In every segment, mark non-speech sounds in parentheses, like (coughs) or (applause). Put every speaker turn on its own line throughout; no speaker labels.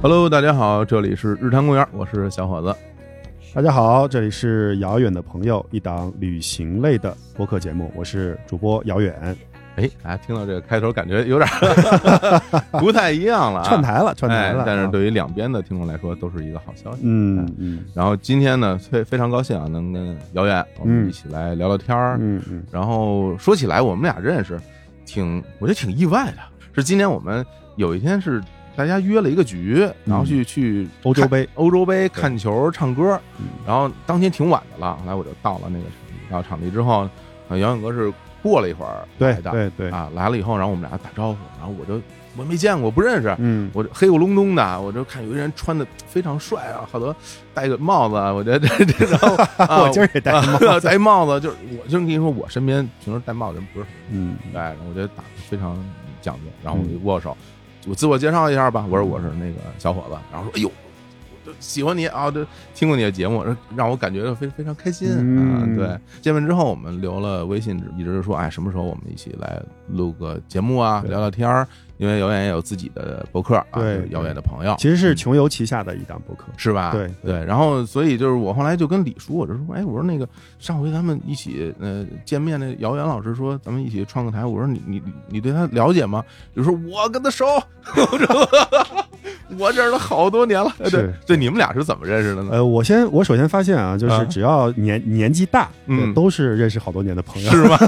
Hello，大家好，这里是日坛公园，我是小伙子。
大家好，这里是遥远的朋友，一档旅行类的播客节目，我是主播遥远，
哎，大家听到这个开头，感觉有点儿 (laughs) 不太一样了、啊，
串台了，串台了。
哎但是
啊，
对于两边的听众来说，都是一个好消息。
嗯嗯
然后今天呢，非非常高兴啊，能跟姚远我们
嗯
一起来聊聊天儿。
嗯嗯，
然后说起来，我们俩认识，挺我觉得挺意外的。是今年我们有一天是大家约了一个局，然后去、去
嗯欧洲
看
杯
欧洲杯看球、唱歌
嗯，
然后当天挺晚的了，后来我就到了那个到场地之后，呃杨远哥是过了一会儿
对
来的
对对，
啊，来了以后，然后我们俩打招呼，然后我就我没见过，不认识。
嗯，
我这黑咕隆咚的，我就看有一人穿的非常帅啊，好多戴个帽子啊，我觉得这这，然后、
(laughs)
啊、
我今儿也戴帽
啊
子，
(laughs) 戴帽子，就是我就是跟你说，我身边平时戴帽子人不是
嗯
很爱，我觉得打得非常讲究。然后我就握手，我自我介绍一下吧，我说我是那个小伙子，然后说哎呦，我就喜欢你啊，这听过你的节目，让我感觉到非非常开心啊。
嗯
对，见面之后我们留了微信，一直说哎什么时候我们一起来录个节目啊，
对
聊聊天儿，因为姚远也有自己的博客啊，
对
就是姚远的朋友，
其实是穷游旗下的一档播客，
是吧？
对
对，然后所以就是我后来就跟李叔，我就说，哎，我说那个上回咱们一起呃见面那姚远老师说咱们一起创个台，我说你你你对他了解吗？李叔说我跟他熟， (laughs) 我说我认识他好多年了。哎对
是
对，你们俩是怎么认识的呢？
呃，我先我首先发现啊，就
啊
是只要年年纪大，
嗯
都是认识好多年的朋友，
是吗？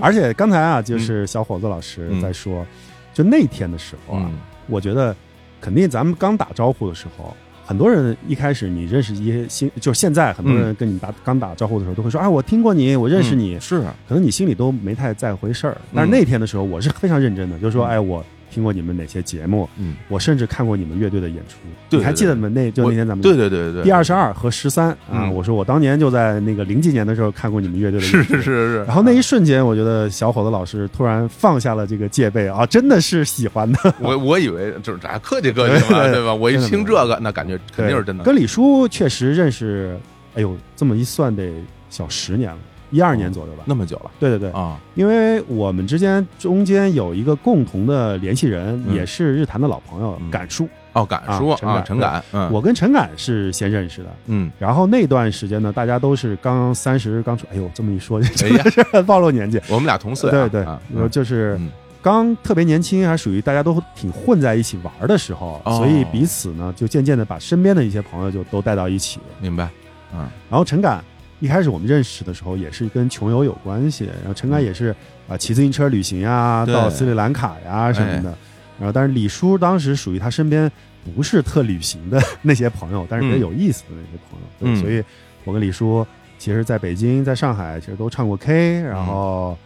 而且刚才啊，就是小伙子老师
嗯
在说，就那天的时候啊，
嗯
我觉得肯定咱们刚打招呼的时候，很多人一开始你认识一些新，就是现在很多人跟你打、刚打招呼的时候都会说啊，我听过你，我认识你，嗯
是啊，
可能你心里都没太在回事儿。但是那天的时候，我是非常认真的，就是说，
嗯
哎，我听过你们哪些节目，
嗯，
我甚至看过你们乐队的演出，
对
你还记得吗？那就
我
那天咱们
对对对对，
第二十二和十三啊，
嗯
我说我当年就在那个零几年的时候看过你们乐队的演出。
是是是是。
然后那一瞬间，我觉得小伙子老师突然放下了这个戒备啊，真的是喜欢的，
我我以为就是咱客气客气嘛，
对
对吧？我一
真的
听
没
这
有
个，那感觉肯定是真的。
跟李叔确实认识，哎呦，这么一算得小十年了，一二年左右吧。
哦那么久了
对对对，
啊，
因为我们之间中间有一个共同的联系人，
嗯
也是日坛的老朋友
嗯
敢叔。
哦，敢
啊
说
陈
啊，
敢
陈敢，嗯，
我跟陈敢是先认识的， (laughs)
嗯。
然后那段时间呢，大家都是刚三十刚出，哎呦，这么一说，
哎
真 (laughs)
呀
的是暴露年纪。
我们俩同岁、啊，
对对
啊，
我就是
嗯
刚特别年轻，还属于大家都挺混在一起玩的时候，
哦
所以彼此呢就渐渐的把身边的一些朋友就都带到一起。
明白，嗯，
然后陈敢一开始我们认识的时候也是跟穷游有关系，然后陈敢也是啊、骑自行车旅行呀，
嗯对哎
到斯里兰卡呀什么的。然后但是李叔当时属于他身边不是特旅行的 (laughs) 那些朋友，但是比较
嗯
有意思的那些朋友，对
嗯
所以我跟李叔其实在北京、在上海其实都唱过 K，然
嗯
后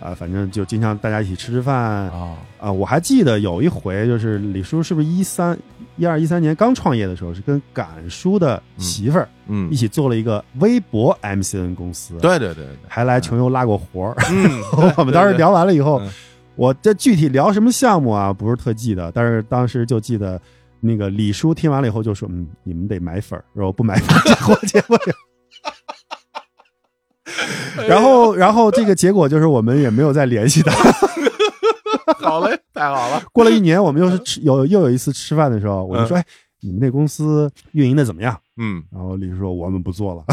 啊、反正就经常大家一起吃吃饭。
哦，
啊，我还记得有一回，就是李叔是不是一三、一二、一三年刚创业的时候，是跟敢叔的媳妇儿
嗯
一，起做了一个微博 MCN 公司，，
对对对对，
还来穷游拉过活儿。 (laughs)
嗯，
我们当时聊完了以后
嗯，
我这具体聊什么项目啊，不是特记得，但是当时就记得那个李叔听完了以后就说：“嗯，你们得买粉儿，然后不买粉儿这活接
(laughs)
不了。”然后，然后这个结果就是我们也没有再联系他。 (laughs)
好嘞，太好了，
过了一年，我们又是吃有又有一次吃饭的时候，我就说：“哎，你们那公司运营的怎么样
嗯，？”
然后李叔说：“我们不做了。”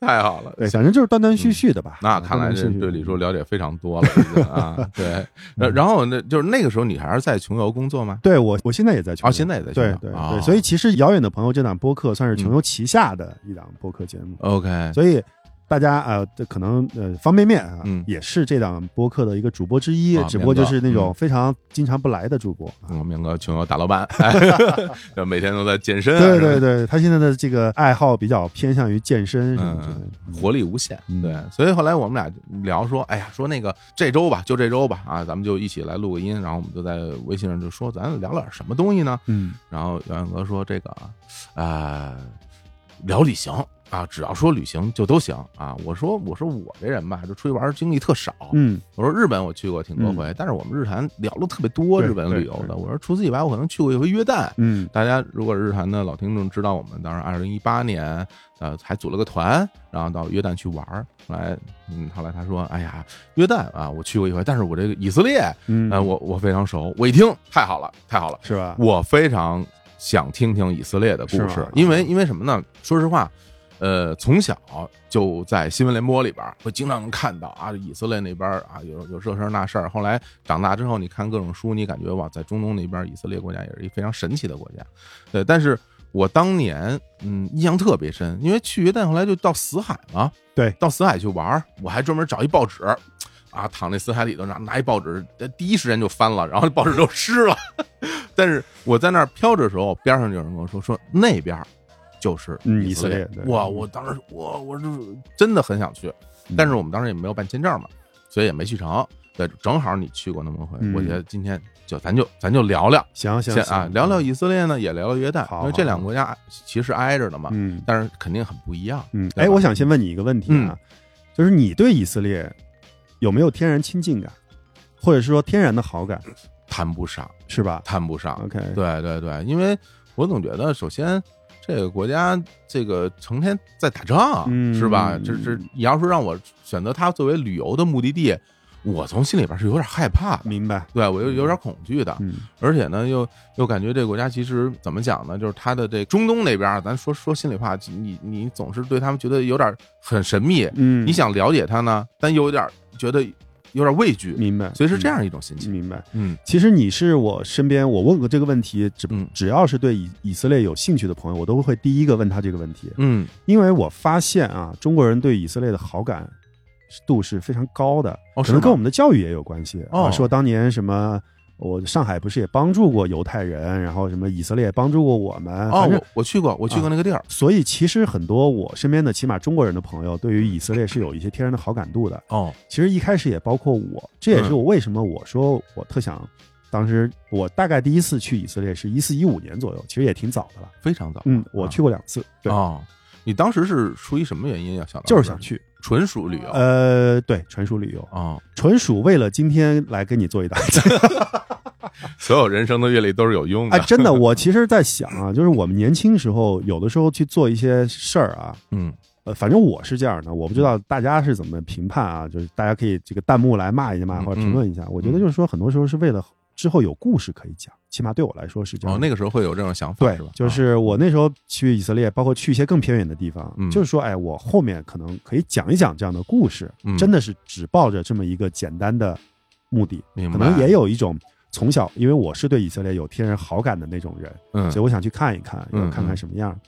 太好了。
对，反正就是断断续续的吧。
那看来
断断
这
续续
对李叔了解非常多了已经啊，对，呃然后那就是那个时候你还是在穷游工作吗？
对我，我现在也在穷游
哦，现在也在穷
对
游，
对
哦
对，所以其实遥远的朋友这档播客算是
嗯
穷游旗下的一档播客节目，
OK，
所以大家呃，这可能呃方便面啊
嗯，
也是这档播客的一个主播之一
啊，
只不过就
面
是
子
那种非常经常不来的主播。啊
我明哥穷游大老板，就每天都在健身啊，
对
是吧
对对，他现在的这个爱好比较偏向于健身什么之类的。
活力无限，
嗯
对，所以后来我们俩聊说，哎呀，说那个这周吧，就这周吧，啊，咱们就一起来录个音，然后我们就在微信上就说，咱聊点什么东西呢？
嗯，
然后姚远哥说这个，啊，呃，聊旅行，啊，只要说旅行就都行啊。我说我说我这人吧，就出去玩儿经历特少。
嗯，
我说日本我去过挺多回，但是我们日坛聊了特别多
对
日本
对
旅游的。
对
我说除此以外，我可能去过一回约旦。
嗯
大家如果日坛的老听众知道，我们当时二零一八年，呃，还组了个团，然后到约旦去玩儿。后来，嗯，后来他说，哎呀，约旦啊，我去过一回，但是我这个以色列，
嗯，
呃，我我非常熟。我一听，太好了，太好了，
是吧？嗯
我非常想听听以色列的故
是
事
吗，
因为因为什么呢？说实话，呃，从小就在新闻联播里边儿会经常能看到啊，以色列那边儿啊有有这事儿那事儿。后来长大之后，你看各种书，你感觉哇，在中东那边儿以色列国家也是一非常神奇的国家，对。但是我当年嗯印象特别深，因为去约旦后来就到死海嘛，
对
到死海去玩儿，我还专门找一报纸。啊，躺那死海里头拿拿一报纸，呃第一时间就翻了，然后报纸都湿了， (laughs) 但是我在那儿飘着的时候，边上就有人跟我说说那边儿就是
嗯
以色
以色列对
哇！我当时哇，我就真的很想去，
嗯
但是我们当时也没有办签证嘛，所以也没去成。对，正好你去过那么回，
嗯
我觉得今天就咱就咱就聊聊，
行行
先
行嗯
啊聊聊，以色列呢，也聊聊约旦，
好
因为这两个国家其实挨着的嘛，
嗯
但是肯定很不一样。
嗯，
对
哎，
吧嗯
我想先问你一个问题啊，就是你对以色列有没有天然亲近感，或者是说天然的好感，
谈不上，
是吧
谈不上。
？OK，
对对对，因为我总觉得，首先这个国家这个成天在打仗，
嗯
是吧？这这你要说让我选择它作为旅游的目的地，我从心里边是有点害怕的，
明白，
对我又有点恐惧的，
嗯
而且呢，又又感觉这个国家其实怎么讲呢？就是它的这中东那边儿，咱说说心里话，你你总是对他们觉得有点很神秘，
嗯，
你想了解它呢，但又有点觉得有点畏惧，
明白，
所以是这样一种心
嗯，
情。
明白。
嗯
其实你是我身边，我问过这个问题，只
嗯
只要是对以以色列有兴趣的朋友，我都会第一个问他这个问题，
嗯
因为我发现啊，中国人对以色列的好感度是非常高的，
哦
可
是吗
能跟我们的教育也有关系。
哦
啊说当年什么，我上海不是也帮助过犹太人，然后什么以色列也帮助过我们，
哦，
反正啊
我我去过，我去过那个地儿。
所以其实很多我身边的，起码中国人的朋友，对于以色列是有一些天然的好感度的。
哦，
其实一开始也包括我，这也是
嗯
我为什么我说我特想，当时我大概第一次去以色列是一四一五年左右，其实也挺早的了。
非常早。
嗯，我去过两次，对，
哦，你当时是出于什么原因要想到这哦
就
儿？
是想去。
纯属旅游。
呃，对，纯属旅游，
哦，
纯属为了今天来跟你做一档
所有人生的阅历都是有
(laughs)
用的。
啊！真
(laughs)
的，我其实在想啊，就是我们年轻时候有的时候去做一些事儿啊，
嗯
呃，反正我是这样的，我不知道大家是怎么评判啊，就是大家可以这个弹幕来骂一骂
嗯
或者评论一下。我觉得就是说，很多时候是为了之后有故事可以讲，起码对我来说是这
哦
样，的。
那个时候会有这种想法，
嗯对
是吧？，啊哦
就是我那时候去以色列，包括去一些更偏远的地方，
嗯
就是说，哎，我后面可能可以讲一讲这样的故事，
嗯
真的是只抱着这么一个简单的目的，
明白
可能也有一种从小，因为我是对以色列有天然好感的那种人，
嗯
所以，我想去看一看，
嗯
要看看什么样。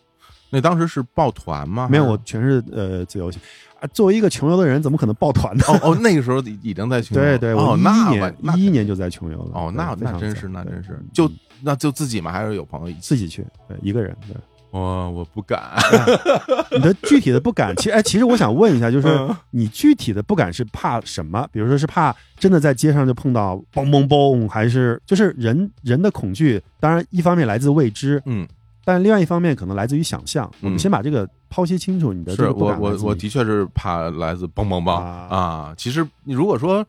那当时是抱团吗？
没有，
还是
我全是呃自由行啊。作为一个穷游的人，怎么可能抱团呢？ (laughs)
哦哦，那个时候已已经在去
对对，
哦
我一
那
一
完
年
那
一一年就在穷游了。
哦
对
那
非常
那真
早
是那
对
真是
嗯
就那就自己嘛，还是有朋友一起。
自己去，对一个人。对，
我我不敢，
你的具体的不敢，其实哎，其实我想问一下，就是
嗯
(laughs) 你具体的不敢是怕什么？比如说是怕真的在街上就碰到嘣嘣嘣，还是就是人人的恐惧？当然，一方面来自未知，
(laughs) 嗯，
但另外一方面可能来自于想象。我们
嗯
先把这个剖析清楚，你的这
是
个不
我
敢来
我
自
我
于
的确是怕来自邦邦邦
啊
啊。其实你如果说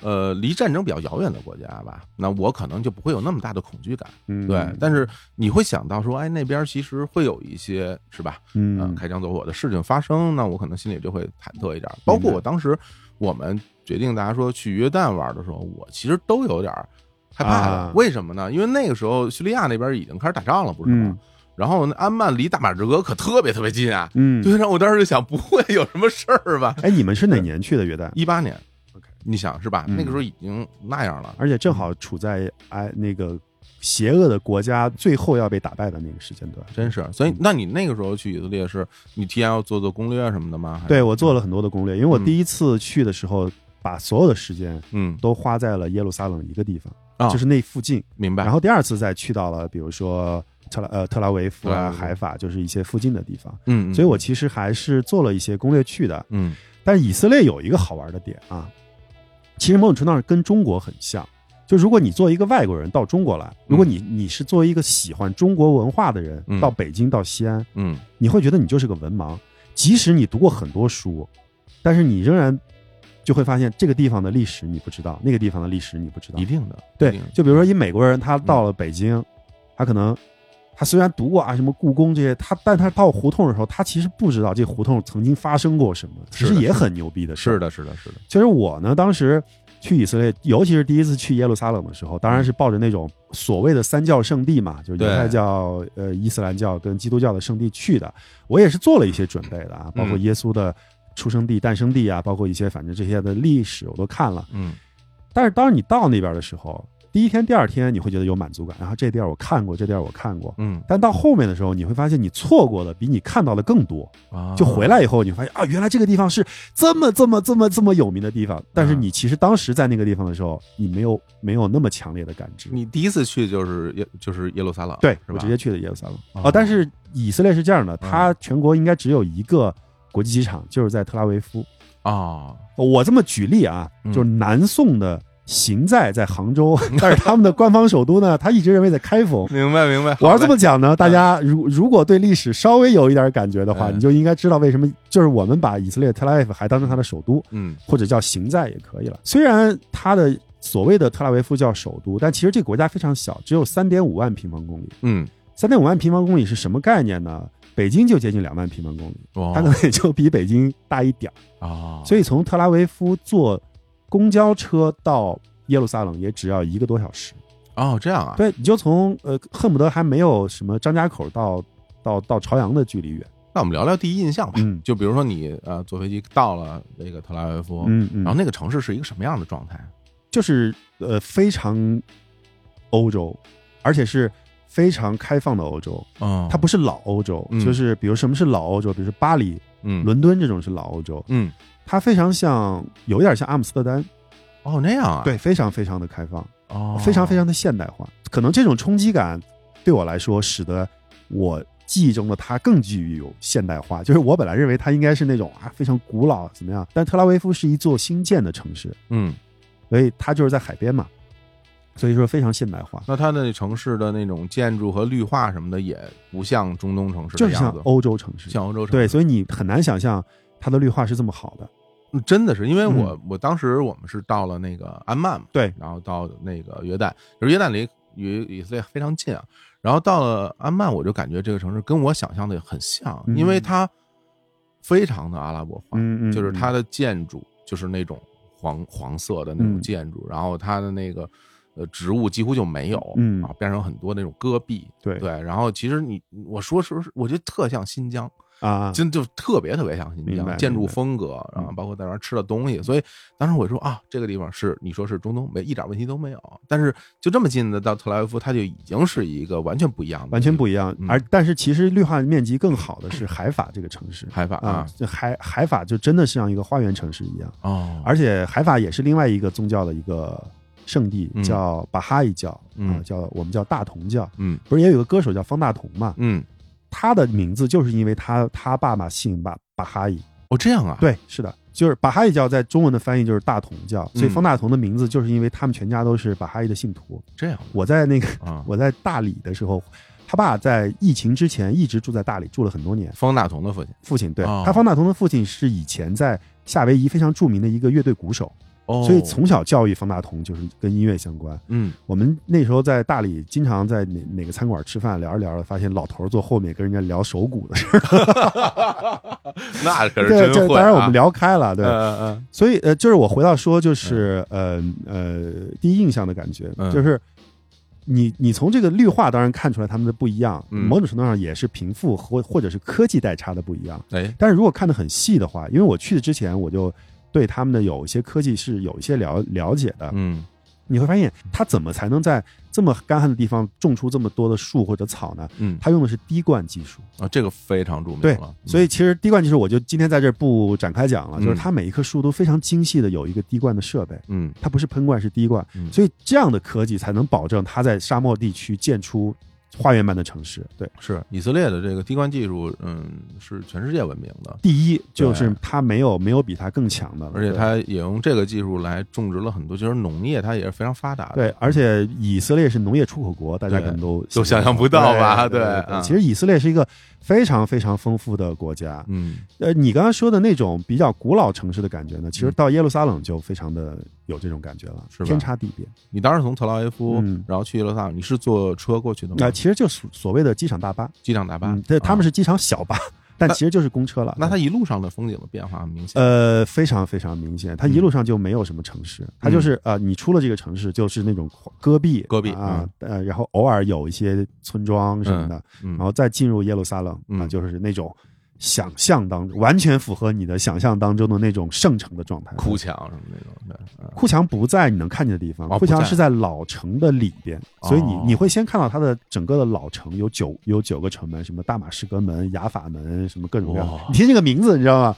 呃离战争比较遥远的国家吧，那我可能就不会有那么大的恐惧感。
嗯
对，但是你会想到说，哎，那边其实会有一些是吧？呃
嗯
开枪走火的事情发生，那我可能心里就会忐忑一点儿。包括我当时我们决定大家说去约旦玩的时候，我其实都有点儿害怕
啊
的。为什么呢？因为那个时候叙利亚那边已经开始打仗了，不是吗
嗯？
然后那安曼离大马士革可特别特别近啊，
嗯，
对，然后我当时就想，不会有什么事儿吧？
哎，你们是哪年去的约旦？
(laughs) 一八年
OK，
你想是吧？
嗯
那个时候已经那样了，
而且正好处在哎那个邪恶的国家最后要被打败的那个时间段。
真是。所以，那你那个时候去以色列是，你提前要做做攻略什么的吗？还是
对我做了，很多的攻略，因为我
嗯
第一次去的时候，把所有的时间
嗯，
都花在了耶路撒冷一个地方，
啊
就是那附近。
明白。
然后第二次再去到了，比如说特拉呃特拉维夫
特拉
啊、
维夫
海法，就是一些附近的地方。
嗯，嗯，
所以我其实还是做了一些攻略去的。
嗯
但是以色列有一个好玩的点啊，其实某种程度上跟中国很像。就如果你作为一个外国人到中国来，如果你你是作为一个喜欢中国文化的人
嗯
到北京到西安，
嗯
你会觉得你就是个文盲。即使你读过很多书，但是你仍然就会发现这个地方的历史你不知道，那个地方的历史你不知道
一。定的，一
对
定的，
就比如说一美国人，他到了北京，他可能他虽然读过啊什么故宫这些，他但他到胡同的时候，他其实不知道这胡同曾经发生过什么，其
是
实
的
也很牛逼的事儿
是的，是的，是的，
其实我呢，当时去以色列，尤其是第一次去耶路撒冷的时候，当然是抱着那种所谓的三教圣地嘛，就是犹太
嗯对
教、呃伊斯兰教跟基督教的圣地去的。我也是做了一些准备的啊，包括
嗯
耶稣的出生地、诞生地啊，包括一些反正这些的历史我都看了。
嗯，
但是当你到那边的时候，第一天、第二天你会觉得有满足感，然后这地儿我看过，这地儿我看过。
嗯
但到后面的时候，你会发现你错过的比你看到的更多。
啊，
就回来以后，你发现啊，原来这个地方是这么这么这么这么有名的地方。但是你其实当时在那个地方的时候，你没有没有那么强烈的感知。
你第一次去就是耶，就是耶路撒冷，
对
是
我
吧
直接去的耶路撒冷
哦
啊，但是以色列是这样的，它全国应该只有一个国际机场，就是在特拉维夫。
啊，
我这么举例啊，
嗯
就是南宋的行在在杭州， (laughs) 但是他们的官方首都呢，他一直认为在开封。
明白明白，
我要
好嘞
这么讲呢，大家如如果对历史稍微有一点感觉的话，
嗯
你就应该知道为什么，就是我们把以色列特拉维夫还当成它的首都，
嗯
或者叫行在也可以了。虽然它的所谓的特拉维夫叫首都，但其实这个国家非常小，只有三点五万平方公里。
嗯，
三点五万平方公里是什么概念呢？北京就接近两万平方公里，
哦
它可能也就比北京大一点儿。
啊，
所以从特拉维夫坐公交车到耶路撒冷也只要一个多小时。
哦这样啊，
对，你就从呃恨不得还没有什么张家口到到到朝阳的距离远。
那我们聊聊第一印象吧，
嗯
就比如说你呃坐飞机到了那个特拉维夫，
嗯嗯，
然后那个城市是一个什么样的状态？
就是呃非常欧洲，而且是非常开放的欧洲。
嗯
它不是老欧洲，
嗯
就是比如什么是老欧洲，比如说巴黎、
嗯
伦敦这种是老欧洲，
嗯
它非常像，有一点像阿姆斯特丹，
哦那样啊，
对，非常非常的开放，
哦，
非常非常的现代化。可能这种冲击感对我来说，使得我记忆中的它更具有现代化。就是我本来认为它应该是那种啊非常古老怎么样，但特拉维夫是一座新建的城市，
嗯，
所以它就是在海边嘛，所以说非常现代化，
那它的城市的那种建筑和绿化什么的也不像中东城市
就
的
是像
样子，
欧洲城市，
像欧洲城市
对，所以你很难想象它的绿化是这么好的。
嗯真的是，因为我、我当时我们是到了那个安曼嘛，
对，
然后到那个约旦，就是约旦离与以色列非常近啊。然后到了安曼，我就感觉这个城市跟我想象的很像，
嗯
因为它非常的阿拉伯化，
嗯嗯，
就是
嗯
它的建筑就是那种黄黄色的那种
嗯
建筑，然后它的那个呃植物几乎就没有，
嗯
啊，变成很多那种戈壁，
对
对。然后其实你我说实，我觉得特像新疆。
啊，
真就特别特别像新
明白
疆建筑
明白嗯
风格，然后包括在那儿吃的东西，所以当时我说啊，这个地方是你说是中东，没一点问题都没有。但是就这么近的到特拉维夫，它就已经是一个完全不一样的，
完全不一样。
嗯
而但是其实绿化面积更好的是海法这个城市
海法
啊
啊，
这海海法就真的像一个花园城市一样，
哦，
而且海法也是另外一个宗教的一个圣地，
嗯
叫巴哈伊教啊，
嗯
叫我们叫大同教。
嗯
不是也有个歌手叫方大同嘛？
嗯，
他的名字就是因为他他爸爸姓巴巴哈伊，
哦这样啊，，
对，是的，就是巴哈伊教在中文的翻译就是大同教，所以
嗯
方大同的名字就是因为他们全家都是巴哈伊的信徒。
这样
我在那个
啊，
我在大理的时候，他爸在疫情之前一直住在大理，住了很多年。
方大同的父亲
父亲对、
哦
他方大同的父亲是以前在夏威夷非常著名的一个乐队鼓手，
哦，
所以从小教育方大同就是跟音乐相关。 (laughs)
嗯
我们那时候在大理，经常在哪哪个餐馆吃饭，聊着聊着，发现老头儿坐后面跟人家聊手鼓
(laughs)
的事儿。
那可是
对，
真
这
会啊，
当然我们聊开了，对。
嗯
所以呃，就是我回到说，就是呃呃，第一印象的感觉，
嗯
就是你你从这个绿化当然看出来他们的不一样，
嗯
某种程度上也是贫富或或者是科技代差的不一样。
嗯哎
但是如果看得很细的话，因为我去的之前我就对他们的有一些科技是有一些了了解的，
嗯
你会发现他怎么才能在这么干旱的地方种出这么多的树或者草呢？
嗯
他用的是滴灌技术。
啊，这个非常著名
对
了，
所以其实滴灌技术，我就今天在这儿不展开讲了，
嗯
就是它每一棵树都非常精细的有一个滴灌的设备，
嗯
它不是喷灌是滴灌，
嗯
所以这样的科技才能保证它在沙漠地区建出花园般的城市。对，
是以色列的这个滴灌技术，嗯，是全世界闻名的，
第一就是它没有没有比它更强的了，
而且它也用这个技术来种植了很多，其实农业它也是非常发达的。
对，而且以色列是农业出口国，大家
对
可能都
都想象不到吧
对，
对嗯
其实以色列是一个非常非常丰富的国家。
嗯，
呃，你刚刚说的那种比较古老城市的感觉呢，其实到耶路撒冷就非常的有这种感觉了，
嗯是吧嗯
天差地别。
你当时从特拉维夫，
嗯
然后去耶路撒冷，你是坐车过去的
那、
吗？
其实就所所谓的机场大巴，
机场大巴
嗯，，对，他们
是
是机场小巴，但其实就是公车了。
啊那它一路上的风景的变化很明显，
呃，非常非常明显，它一
嗯
路上就没有什么城市，它就是呃，你出了这个城市就是那种戈壁，
戈壁
啊，呃，然后偶尔有一些村庄什么的，
嗯
然，后再进入耶路撒冷
嗯
啊，就是那种想象当中完全符合你的想象当中的那种圣城的状态。
哭墙什么那种，对，嗯
库墙不在你能看见的地方，
哦
库
不
墙
在
是在老城的里边，所以你
哦
你会先看到它的整个的老城有九有九个城门，什么大马士革门、雅法门，什么各种各样的
哇。
你听这个名字，你知道吗？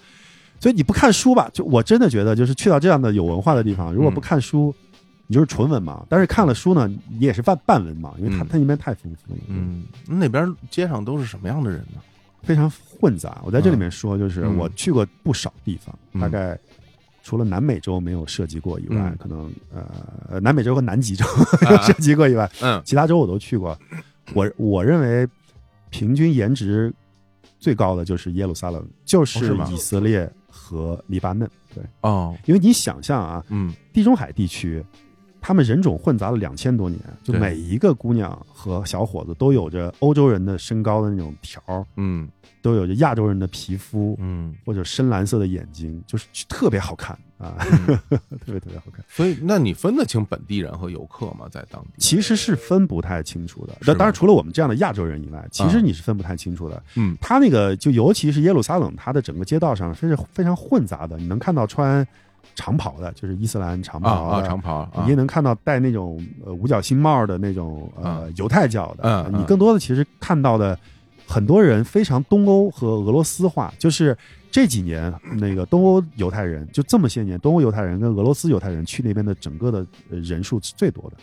所以你不看书吧，就我真的觉得，就是去到这样的有文化的地
嗯
方，如果不看书，你就是纯文盲；但是看了书呢，你也是半半文盲，因为它
嗯
它那边太丰富了，，
嗯，那边街上都是什么样的人呢？
非常混杂。我在这里面说，就是
嗯
我去过不少地方，
嗯
大概。除了南美洲没有涉及过以外，
嗯啊
可能呃南美洲和南极洲没有 (laughs) 涉及过以外，
嗯
其他州我都去过。我我认为平均颜值最高的就是耶路撒冷，就
哦是
是
吗
以色列和黎巴嫩。对，
哦，
因为你想象啊，
嗯
地中海地区，他们人种混杂了两千多年，就
对
每一个姑娘和小伙子都有着欧洲人的身高的那种条儿，
嗯
都有着亚洲人的皮肤。
嗯，
或者深蓝色的眼睛，就是特别好看啊， (laughs) 特别特别好看。
嗯所以那你分得清本地人和游客吗？在当地？
其实是分不太清楚的。
是吗
那当然，除了我们这样的亚洲人以外，其
啊
实你是分不太清楚的。
嗯
它那个就尤其是耶路撒冷，它的整个街道上是非常混杂的，你能看到穿长袍的，就是伊斯兰长
啊
袍
啊，
的。
长袍啊
你也，能看到戴那种呃五角星帽的那种
啊
呃犹太教的，
嗯嗯
你更多的其实看到的很多人非常东欧和俄罗斯化，就是这几年那个东欧犹太人就这么些年，东欧犹太人跟俄罗斯犹太人去那边的整个的呃人数是最多的，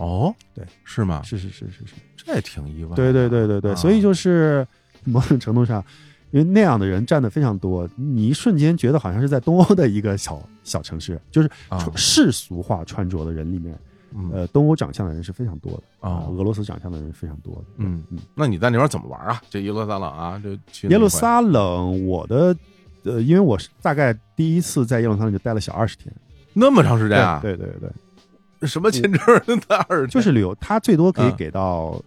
哦，
对，
是吗？
是是是是是，
这挺意外的。
对对对对
啊
对，所以就是 (laughs) 某种程度上，因为那样的人占的非常多，你一瞬间觉得好像是在东欧的一个小小城市，就是
啊
穿世俗化穿着的人里面，
嗯
呃，东欧长相的人是非常多的啊，
哦
俄罗斯长相的人非常多的。
嗯
嗯，
那你在那边怎么玩啊？这耶路撒冷啊，这去
耶路
冷
撒冷，我的呃，因为我是大概第一次在耶路撒冷就待了小二十天，
那么长时间啊？
对对对对，
什么签证在二十天？
就是旅游，它最多可以
嗯
给到。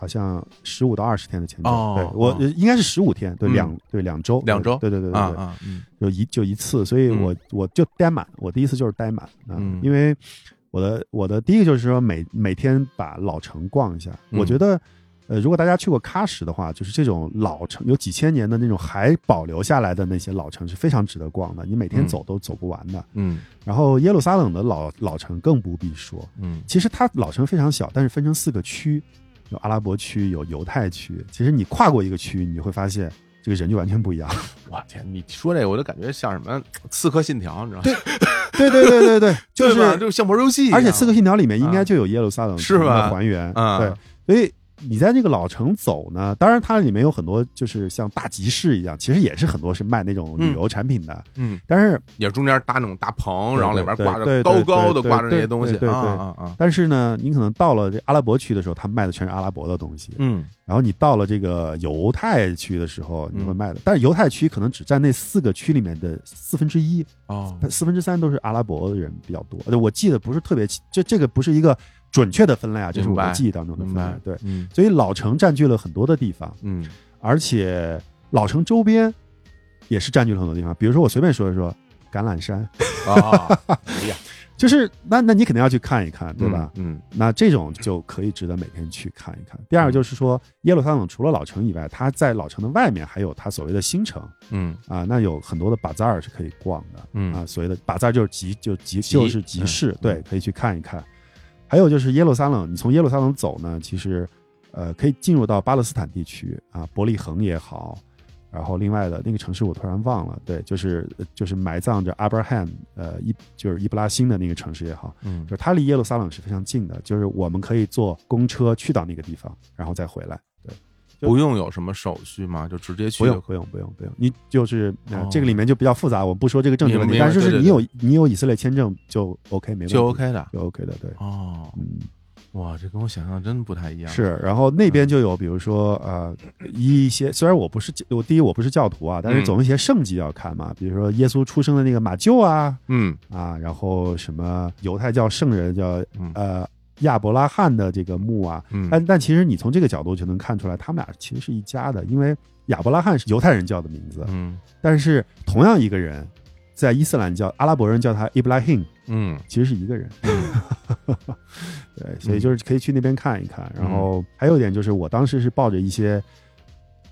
好像十五到二十天的签证，
哦
对我
哦
呃应该是十五天，对
嗯
两对两周，
两周
对对对对
啊
对，
啊，嗯
就一就一次，所以
嗯
我、我就待满，我第一次就是待满啊、
嗯
因为我的我的第一个就是说每每天把老城逛一下，
嗯
我觉得。呃，如果大家去过喀什的话，就是这种老城，有几千年的那种还保留下来的那些老城是非常值得逛的，你每天
嗯
走都走不完的。
嗯
然后耶路撒冷的老老城更不必说，
嗯
其实它老城非常小，但是分成四个区，有阿拉伯区，有犹太区。其实你跨过一个区，你会发现这个人就完全不
(laughs)
一样。
我天，你说这个我就感觉像什么《刺客信条》，你知道吗？
对对对对对，就
对吧
是
就像玩游戏一样，
而且《刺客信条》里面应该就有耶路撒冷
是吧
城的还原，
啊
对，所以你在那个老城走呢，当然它里面有很多就是像大集市一样，其实也是很多是卖那种旅游产品的，
嗯，
但是
也是中间搭那种大棚，
对
然后里边
对
挂着
对对
高
对
高的
对
挂着那些
对
东西
对对
啊
对
啊啊，
但是呢，你可能到了这阿拉伯区的时候，他卖的全是阿拉伯的东西，
嗯
然后你到了这个犹太区的时候，
嗯
你会卖的，但是犹太区可能只占那四个区里面的四分之一，
哦
四分之三都是阿拉伯人比较多，呃我记得不是特别清，这这个不是一个准确的分类啊，这是我
明白
的记忆当中的
明
分
白
类，对。
嗯
所以老城占据了很多的地方，
嗯
而且老城周边也是占据了很多地方。比如说，我随便说一说橄榄山，
啊，哎呀，
就是那那你肯定要去看一看，对吧？
嗯？
那这种就可以值得每天去看一看。第二个就是说，耶路撒冷除了老城以外，它在老城的外面还有它所谓的新城
嗯
啊，那有很多的巴扎尔是可以逛的。
嗯嗯
啊，所谓的巴扎就是集，就集
集
就是集市，
嗯
对，可以去看一看。还有就是耶路撒冷，你从耶路撒冷走呢，其实呃可以进入到巴勒斯坦地区啊，伯利恒也好，然后另外的那个城市我突然忘了，对，就是就是埋葬着阿伯罕呃伊就是伊布拉欣的那个城市也好，
嗯
就是它离耶路撒冷是非常近的，就是我们可以坐公车去到那个地方，然后再回来。对，
不用有什么手续吗？就直接去
不
就
用不用不用不用，你就是、呃
哦
这个里面就比较复杂，我不说这个政治问题，
明白
但是就是
对对
你有你有以色列签证就 OK 没问题，
就 OK 的。
就 OK 的，对，
哦，
嗯。
哇，这跟我想象真不太一样。嗯
是，然后那边就有，比如说呃，一些虽然我不是我第一我不是教徒啊，但是
嗯
总有一些圣迹要看嘛，比如说耶稣出生的那个马厩啊
嗯，
啊，然后什么犹太教圣人叫
嗯
呃亚伯拉罕的这个墓啊，
嗯
但但其实你从这个角度就能看出来，他们俩其实是一家的，因为亚伯拉罕是犹太人叫的名字，
嗯
但是同样一个人，在伊斯兰教阿拉伯人叫他 Ibrahim，
嗯
其实是一
(laughs)
个人。对，所以就是可以去那边看一看。然
嗯
后还有一点就是，我当时是抱着一些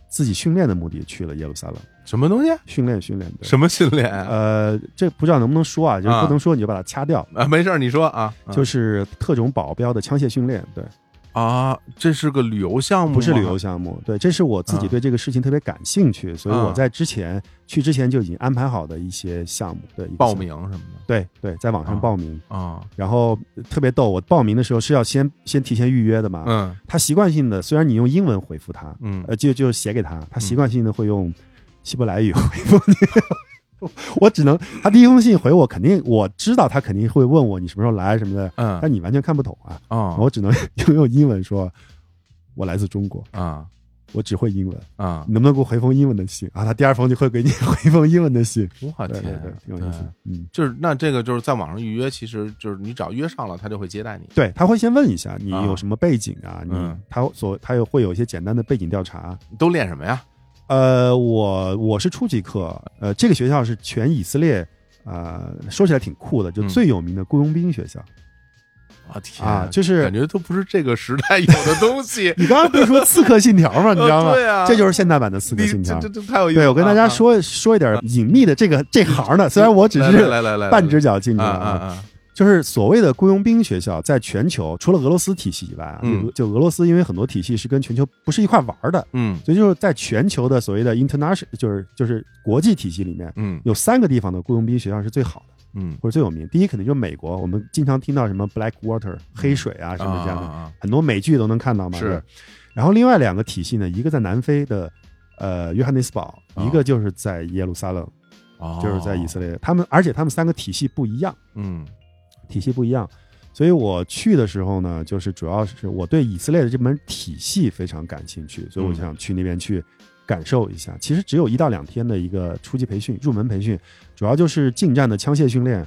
自己训练的目的去了耶路撒冷，
什么东西？
训练训练。对
什么训练啊？
呃，这不知道能不能说啊，就是
啊
不能说你就把它掐掉。
啊没事儿，你说啊，啊
就是特种保镖的枪械训练，对，
啊，这是个旅游项目吗，
不是旅游项目，对，这是我自己
啊
对这个事情特别感兴趣，所以
啊
我在之前去之前就已经安排好的一些项目，对，一个
报
项目
名，什么
对对，在网上
啊
报名，
的啊，
然后呃特别逗，我报名的时候是要先先提前预约的嘛，
嗯
他习惯性的虽然你用英文回复他，
嗯
呃，就就写给他，他习惯性的会用希伯来语回复你。 (laughs) 我只能，他第一封信回我，肯定我知道他肯定会问我你什么时候来什么的，
嗯
但你完全看不懂啊，
啊
我只能用用英文说，我来自中国，
啊
我只会英文，
啊
你！能不能给我回封英文的信啊？他第二封就会给你回封英文的信，
我
对
天
对对，
啊，
挺有意思
对
的，嗯。
就是那这个就是在网上预约，其实就是你只要约上了，他就会接待你。
对，他会先问一下你有
啊
什么背景啊？
嗯
你他所他有会有一些简单的背景调查，
你都练什么呀？
呃，我我是初级课，呃，这个学校是全以色列，呃，说起来挺酷的，就
嗯
最有名的雇佣兵学校。
啊天
啊就是。
感觉都不是这个时代有的东西
你刚刚不是说《刺客信条》吗？你知道吗？
呃 (laughs) 对啊
这就是现代版的《刺客
你
信条
这》。这这太有意思了！
对，我跟大家说说一点隐秘的这个这行的，虽然我只
啊，来
是
来来来，
半只脚进去
啊
了
啊
啊，
啊！
就是所谓的雇佣兵学校，在全球除了俄罗斯体系以外啊，
嗯
就就俄罗斯因为很多体系是跟全球不是一块玩儿的，
嗯
所以就是在全球的所谓的 international，就是就是国际体系里面，
嗯
有三个地方的雇佣兵学校是最好的。
嗯，
或者最有名。第一肯定就是美国，我们经常听到什么 Black Water 黑水啊什么这样的，
啊啊啊
很多美剧都能看到嘛。
是
对。然后另外两个体系呢，一个在南非的呃约翰内斯堡，
啊
一个就是在耶路撒冷，
哦
就是在以色列。他们而且他们三个体系不一样，
嗯
体系不一样。所以我去的时候呢，就是主要是我对以色列的这门体系非常感兴趣，所以我就想去那边去感受一下。其实只有一到两天的一个初级培训、入门培训，主要就是近战的枪械训练，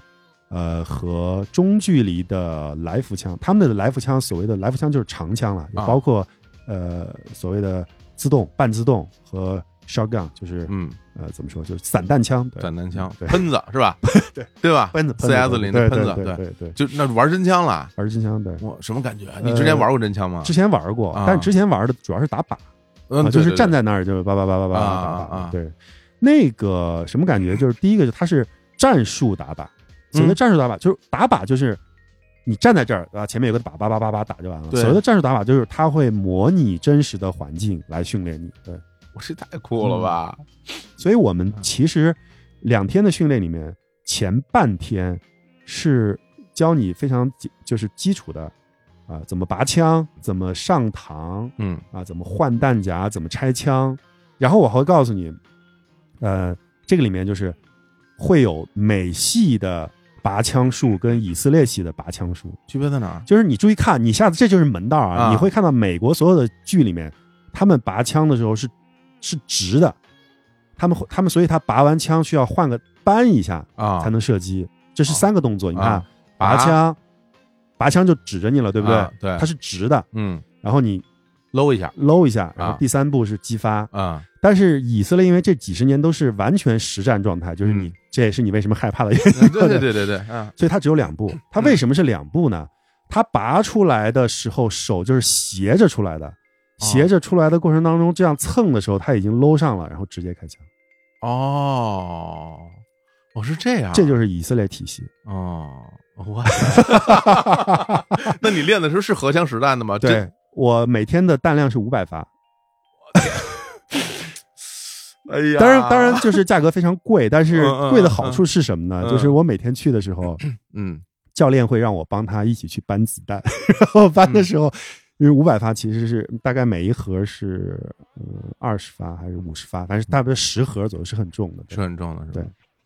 呃，和中距离的来福枪。他们的来福枪，所谓的来福枪就是长枪了，也
啊
包括、呃所谓的自动、半自动和 shotgun，就是、
嗯，
呃怎么说，就是散弹枪，对
散弹枪、
对
喷子是吧？
对
对吧？
喷子、喷子
CS 里的
对对
喷子，
对对对，
就那玩真枪了。
玩真枪对。
我什么感觉？你之前玩过真枪吗
之？前玩过，
啊
但之前玩的主要是打靶，
嗯
啊，
对
就是
对
站在那儿就是叭叭叭叭叭
啊
叭
啊
打靶。
啊
对，那个什么感觉？就是第一个，就是它是战术打靶，所谓的
嗯
战术打靶就是打靶就是。你站在这儿啊，前面有个靶，叭叭叭叭打就完了。
对
所谓的战术打靶就是它会模拟真实的环境来训练你。对，
对我这太酷了吧！
所以我
嗯
们其实两天的训练里面，前半天是教你非常基就是基础的啊、怎么拔枪，怎么上膛，
嗯
啊，怎么换弹夹，怎么拆枪，然后我还会告诉你，呃，这个里面就是会有美系的拔枪术跟以色列系的拔枪术，
区别在哪儿？
就是你注意看，你下次这就是门道啊，
啊
你会看到美国所有的剧里面，他们拔枪的时候是是直的，他们会他们所以他拔完枪需要换个扳一下
啊，
才能射击，这是
哦
三个动作，你看
啊
拔枪，拔枪就指着你了，
对
对不对？
啊对，
它是直的，
嗯
然后你
搂一下
搂一下，然后
啊
第三步是激发。
啊，
但是以色列因为这几十年都是完全实战状态，就是你、
嗯
这也是你为什么害怕的原因， (laughs)
对对对对对，嗯
所以它只有两步。它为什么是两步呢？它拔出来的时候手就是斜着出来
啊
的，斜着出来的过程当中，这样蹭的时候它已经搂上了，然后直接开枪，
哦，我是这样，
这就是以色列
(laughs)
体系。
哦，我， (laughs) 那你练的时候是荷枪实弹的吗？这
对我每天的弹量是五百发，
哎呀，
当然，当然，就是价格非常贵，但是
嗯嗯
贵的好处是什么呢？
嗯
就是我每天去的时候，
嗯
教练会让我帮他一起去搬子
(laughs)
弹，然后搬的时候，
嗯
因为五百发其实是大概每一盒是呃二十发还是五十发，反正大概十盒左右是很重的。
嗯
对
是很重的是吧？
对，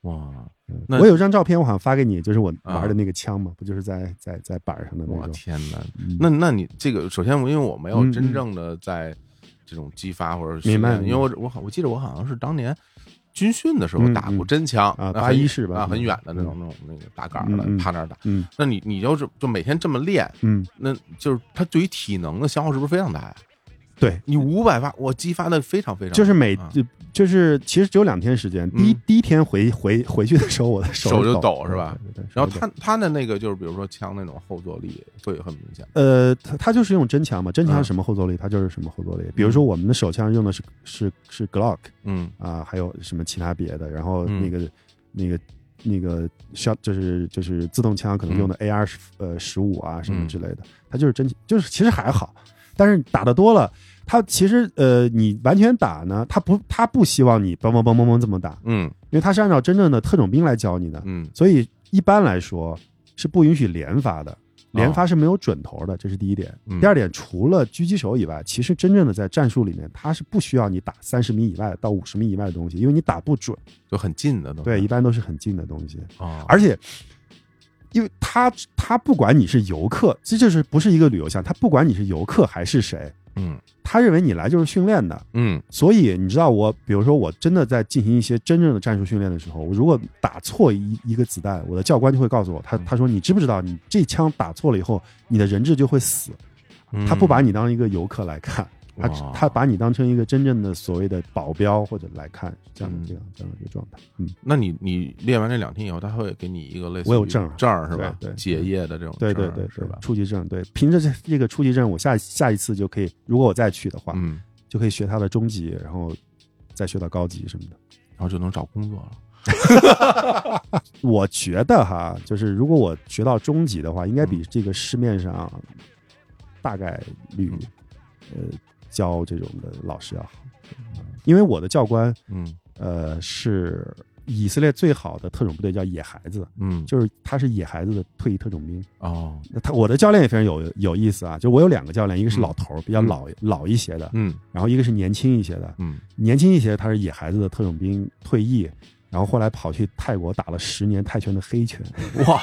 哇，
嗯
那
我有张照片，我好像发给你，就是我玩
啊
的那个枪嘛，不就是在在在板儿上的那
我
种。
天哪！
嗯
那那你这个，首先我因为我没有
嗯
真
嗯
正的在这种激发或者
明白
训练因为我我好我记得我好像是当年军训的时候
嗯
打
嗯
过真枪
啊
那
八
很
一式吧
啊，很
嗯
远的那
嗯
种那种那个打杆儿的
嗯嗯，
趴那儿打。
嗯
那你你要是就每天这么练，
嗯，
那就是它对于体能的消耗是不是非常大呀？
对，
你五百发，我激发的非常非常，
就是每
啊
就就是其实只有两天时间，第一
嗯
第一天回回回去的时候，我的
手就
就
抖是吧？
对对对
然后
手就抖
它它的那个就是比如说枪那种后坐力会很明显。
呃，它它就是用真枪嘛，真枪
嗯
是什么后坐力，它就是什么后坐力。比如说我们的手枪用的是是是 Glock
嗯
啊、还有什么其他别的，然后
嗯
那个、那个那个 shot 就是就是自动枪可能用的 AR 十、呃十五啊什么之类的，它就是真就是其实还好，但是打的多了，它其实呃你完全打呢，它不它不希望你梆梆梆梆梆这么打，
嗯
因为它是按照真正的特种兵来教你的，
嗯，
所以一般来说是不允许连发的，连发是没有准头的，这是第一点。
嗯
第二点，除了狙击手以外，其实真正的在战术里面，它是不需要你打三十米以外到五十米以外的东西，因为你打不准，
就很近的啊都
对，一般都是很近的东西，
啊，
而且。因为他他不管你是游客，这就是不是一个旅游项，他不管你是游客还是谁，
嗯
他认为你来就是训练的，
嗯
所以你知道我，比如说我真的在进行一些真正的战术训练的时候，我如果打错一一个子弹，我的教官就会告诉我，他
嗯
他说你知不知道，你这枪打错了以后，你的人质就会死。
嗯，
他不把你当一个游客来看，他
哇
他把你当成一个真正的所谓的保镖或者来看，这样的
嗯
这样这样的一个状态。嗯，
那你你练完这两天以后，他会给你一个类似
我有
于
证儿
证儿是吧？
对对
结业的这种
对
证
对
儿
对，
是吧？
初级证，对，凭着这这个初级证，我下下一次就可以，如果我再去的话，
嗯，
就可以学他的中级，然后再学到高级什么的。
然后就能找工作了。
我觉得哈，就是如果我学到中级的话，
嗯
应该比这个市面上大概率
嗯
呃教这种的老师要好，因为我的教官
嗯
呃是以色列最好的特种部队叫野孩子，
嗯，
就是他是野孩子的退役特种兵。
哦，
那他我的教练也非常有有意思啊，就我有两个教练，一个
嗯
是老头儿，比较
嗯
老老一些的，
嗯
然后一个是年轻一些的， (laughs)
嗯，
年轻一些，他是野孩子的特种兵退役，然后后来跑去泰国打了十年泰拳的黑拳，
哇，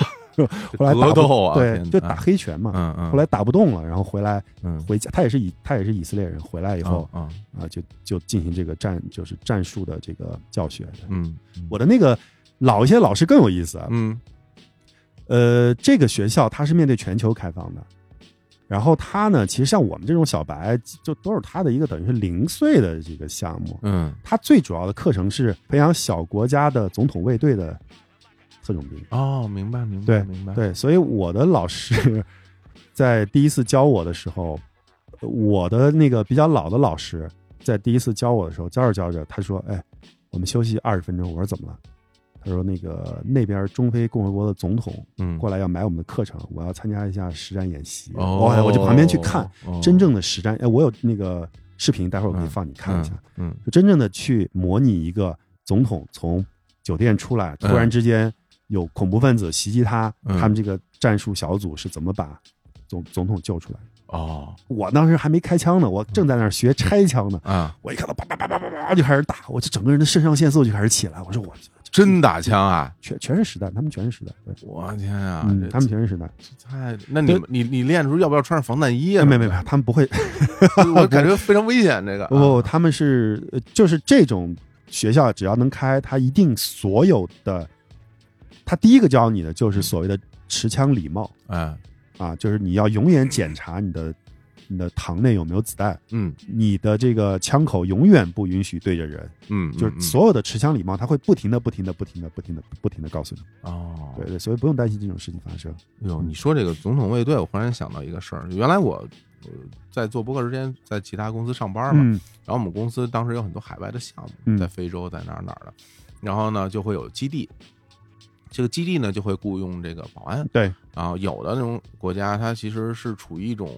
后来打
格
不
斗啊，
对
天，哪
就打，黑拳嘛。
嗯嗯，
后来打不动了，然后回来
嗯
回家，他也是以他也是以色列人，回来以
以
后
啊
啊，就就进行这个战就是战术的这个教学。
嗯嗯
我的那个老一些老师更有意思啊，
嗯
呃，这个学校它是面对全球开放的，然后他呢，其实像我们这种小白，就都是他的一个等于是零碎的这个项目。
嗯
他最主要的课程是培养小国家的总统卫队的特种兵。
哦，明白明白
对
明白，
对，所以我的老师 (laughs) 在第一次教我的时候，我的那个比较老的老师在第一次教我的时候，教着教着，他说：“哎，我们休息二十分钟。”我说：“怎么了？”他说：“那个那边中非共和国的总统
嗯，
过来要买我们的课程，我要参加一下实战演习。
哦，
哇我就旁边去看
哦
真正的实战。哎，我有那个视频，待会儿我可以
嗯
放你看一下。，
嗯
就真正的去模拟一个总统从酒店出来，突然之间有恐怖分子袭击他，
嗯
他们这个战术小组是怎么把总总统救出来？
哦
我当时还没开枪呢，我正在那儿
嗯
学拆枪呢。
啊，
我一看到叭叭叭叭叭叭就开始打，我这整个人的肾上腺素就开始起来。我说我
真打枪啊！
全全是实弹，他们全是实弹，对，
我天啊，
嗯，
这
他们全是实弹。
太……那你
对
们你你练的时候要不要穿上防弹衣
哎
啊？
没没没，他们不会，
(laughs) 我感觉非常危险。这个
不、不，他们是呃就是这种学校，只要能开，他一定所有的，他第一个教你的就是所谓的持枪礼貌
哎，
啊，就是你要永远检查你的你的膛内有没有子弹，
嗯
你的这个枪口永远不允许对着人，
嗯，
就是所有的持枪礼貌，他会不停的、不停的、不停的、不停的、不停的告诉你，
哦，
对对，嗯所以不用担心这种事情发生。
哟，你说这个总统卫队，我忽然想到一个事儿。原来我呃在做播客之前，在其他公司上班嘛，
嗯
然后我们公司当时有很多海外的项目，
嗯
在非洲，在哪儿哪儿的，然后呢就会有基地，这个基地呢就会雇佣这个保安，
对，
然后有的那种国家，它其实是处于一种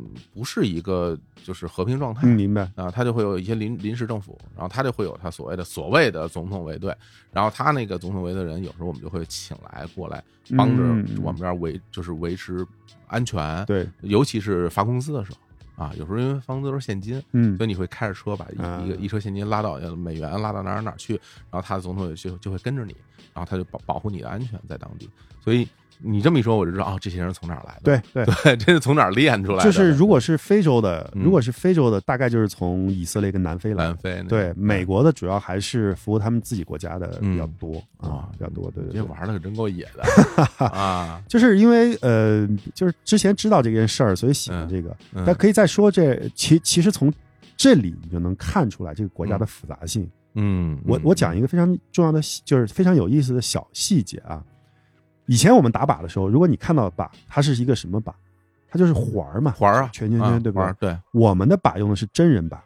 嗯不是一个就是和平状态，
嗯，明白，
啊，他就会有一些临临时政府，然后他就会有他所谓的所谓的总统卫队，然后他那个总统卫队人，有时候我们就会请来过来帮着
嗯
我们这儿维就是维持安全，
对，
尤其是发工资的时候啊，有时候因为发工资都是现金，
嗯
所以你会开着车把
啊
一一个一车现金拉到呃美元拉到哪儿哪儿去，然后他的总统就就会跟着你，然后他就保保护你的安全在当地，所以你这么一说，我就知道哦，这些人是从哪儿来的，
对对，
(laughs) 对，这是从哪儿练出来的，
就是如果是非洲的，
嗯
如果是非洲的，大概就是从以色列跟南非来
南
的。
非那个
对，美国的主要还是服务他们自己国家的比较
嗯
多啊
啊，，
比较多。对对
这
对，
玩的可真够野的 (laughs) 啊！
就是因为呃，就是之前知道这件事儿，所以喜欢
嗯
这个。
嗯
但可以再说这，其其实从这里你就能看出来这个国家的复杂性。
嗯，
我我讲一个非常重要的细，就是非常有意思的小细节啊。以前我们打靶的时候，如果你看到靶，它是一个什么靶？它就是环儿嘛，
环儿啊，
圈圈
啊
圈，对
环
吧
儿？对，
我们的靶用的是真人靶，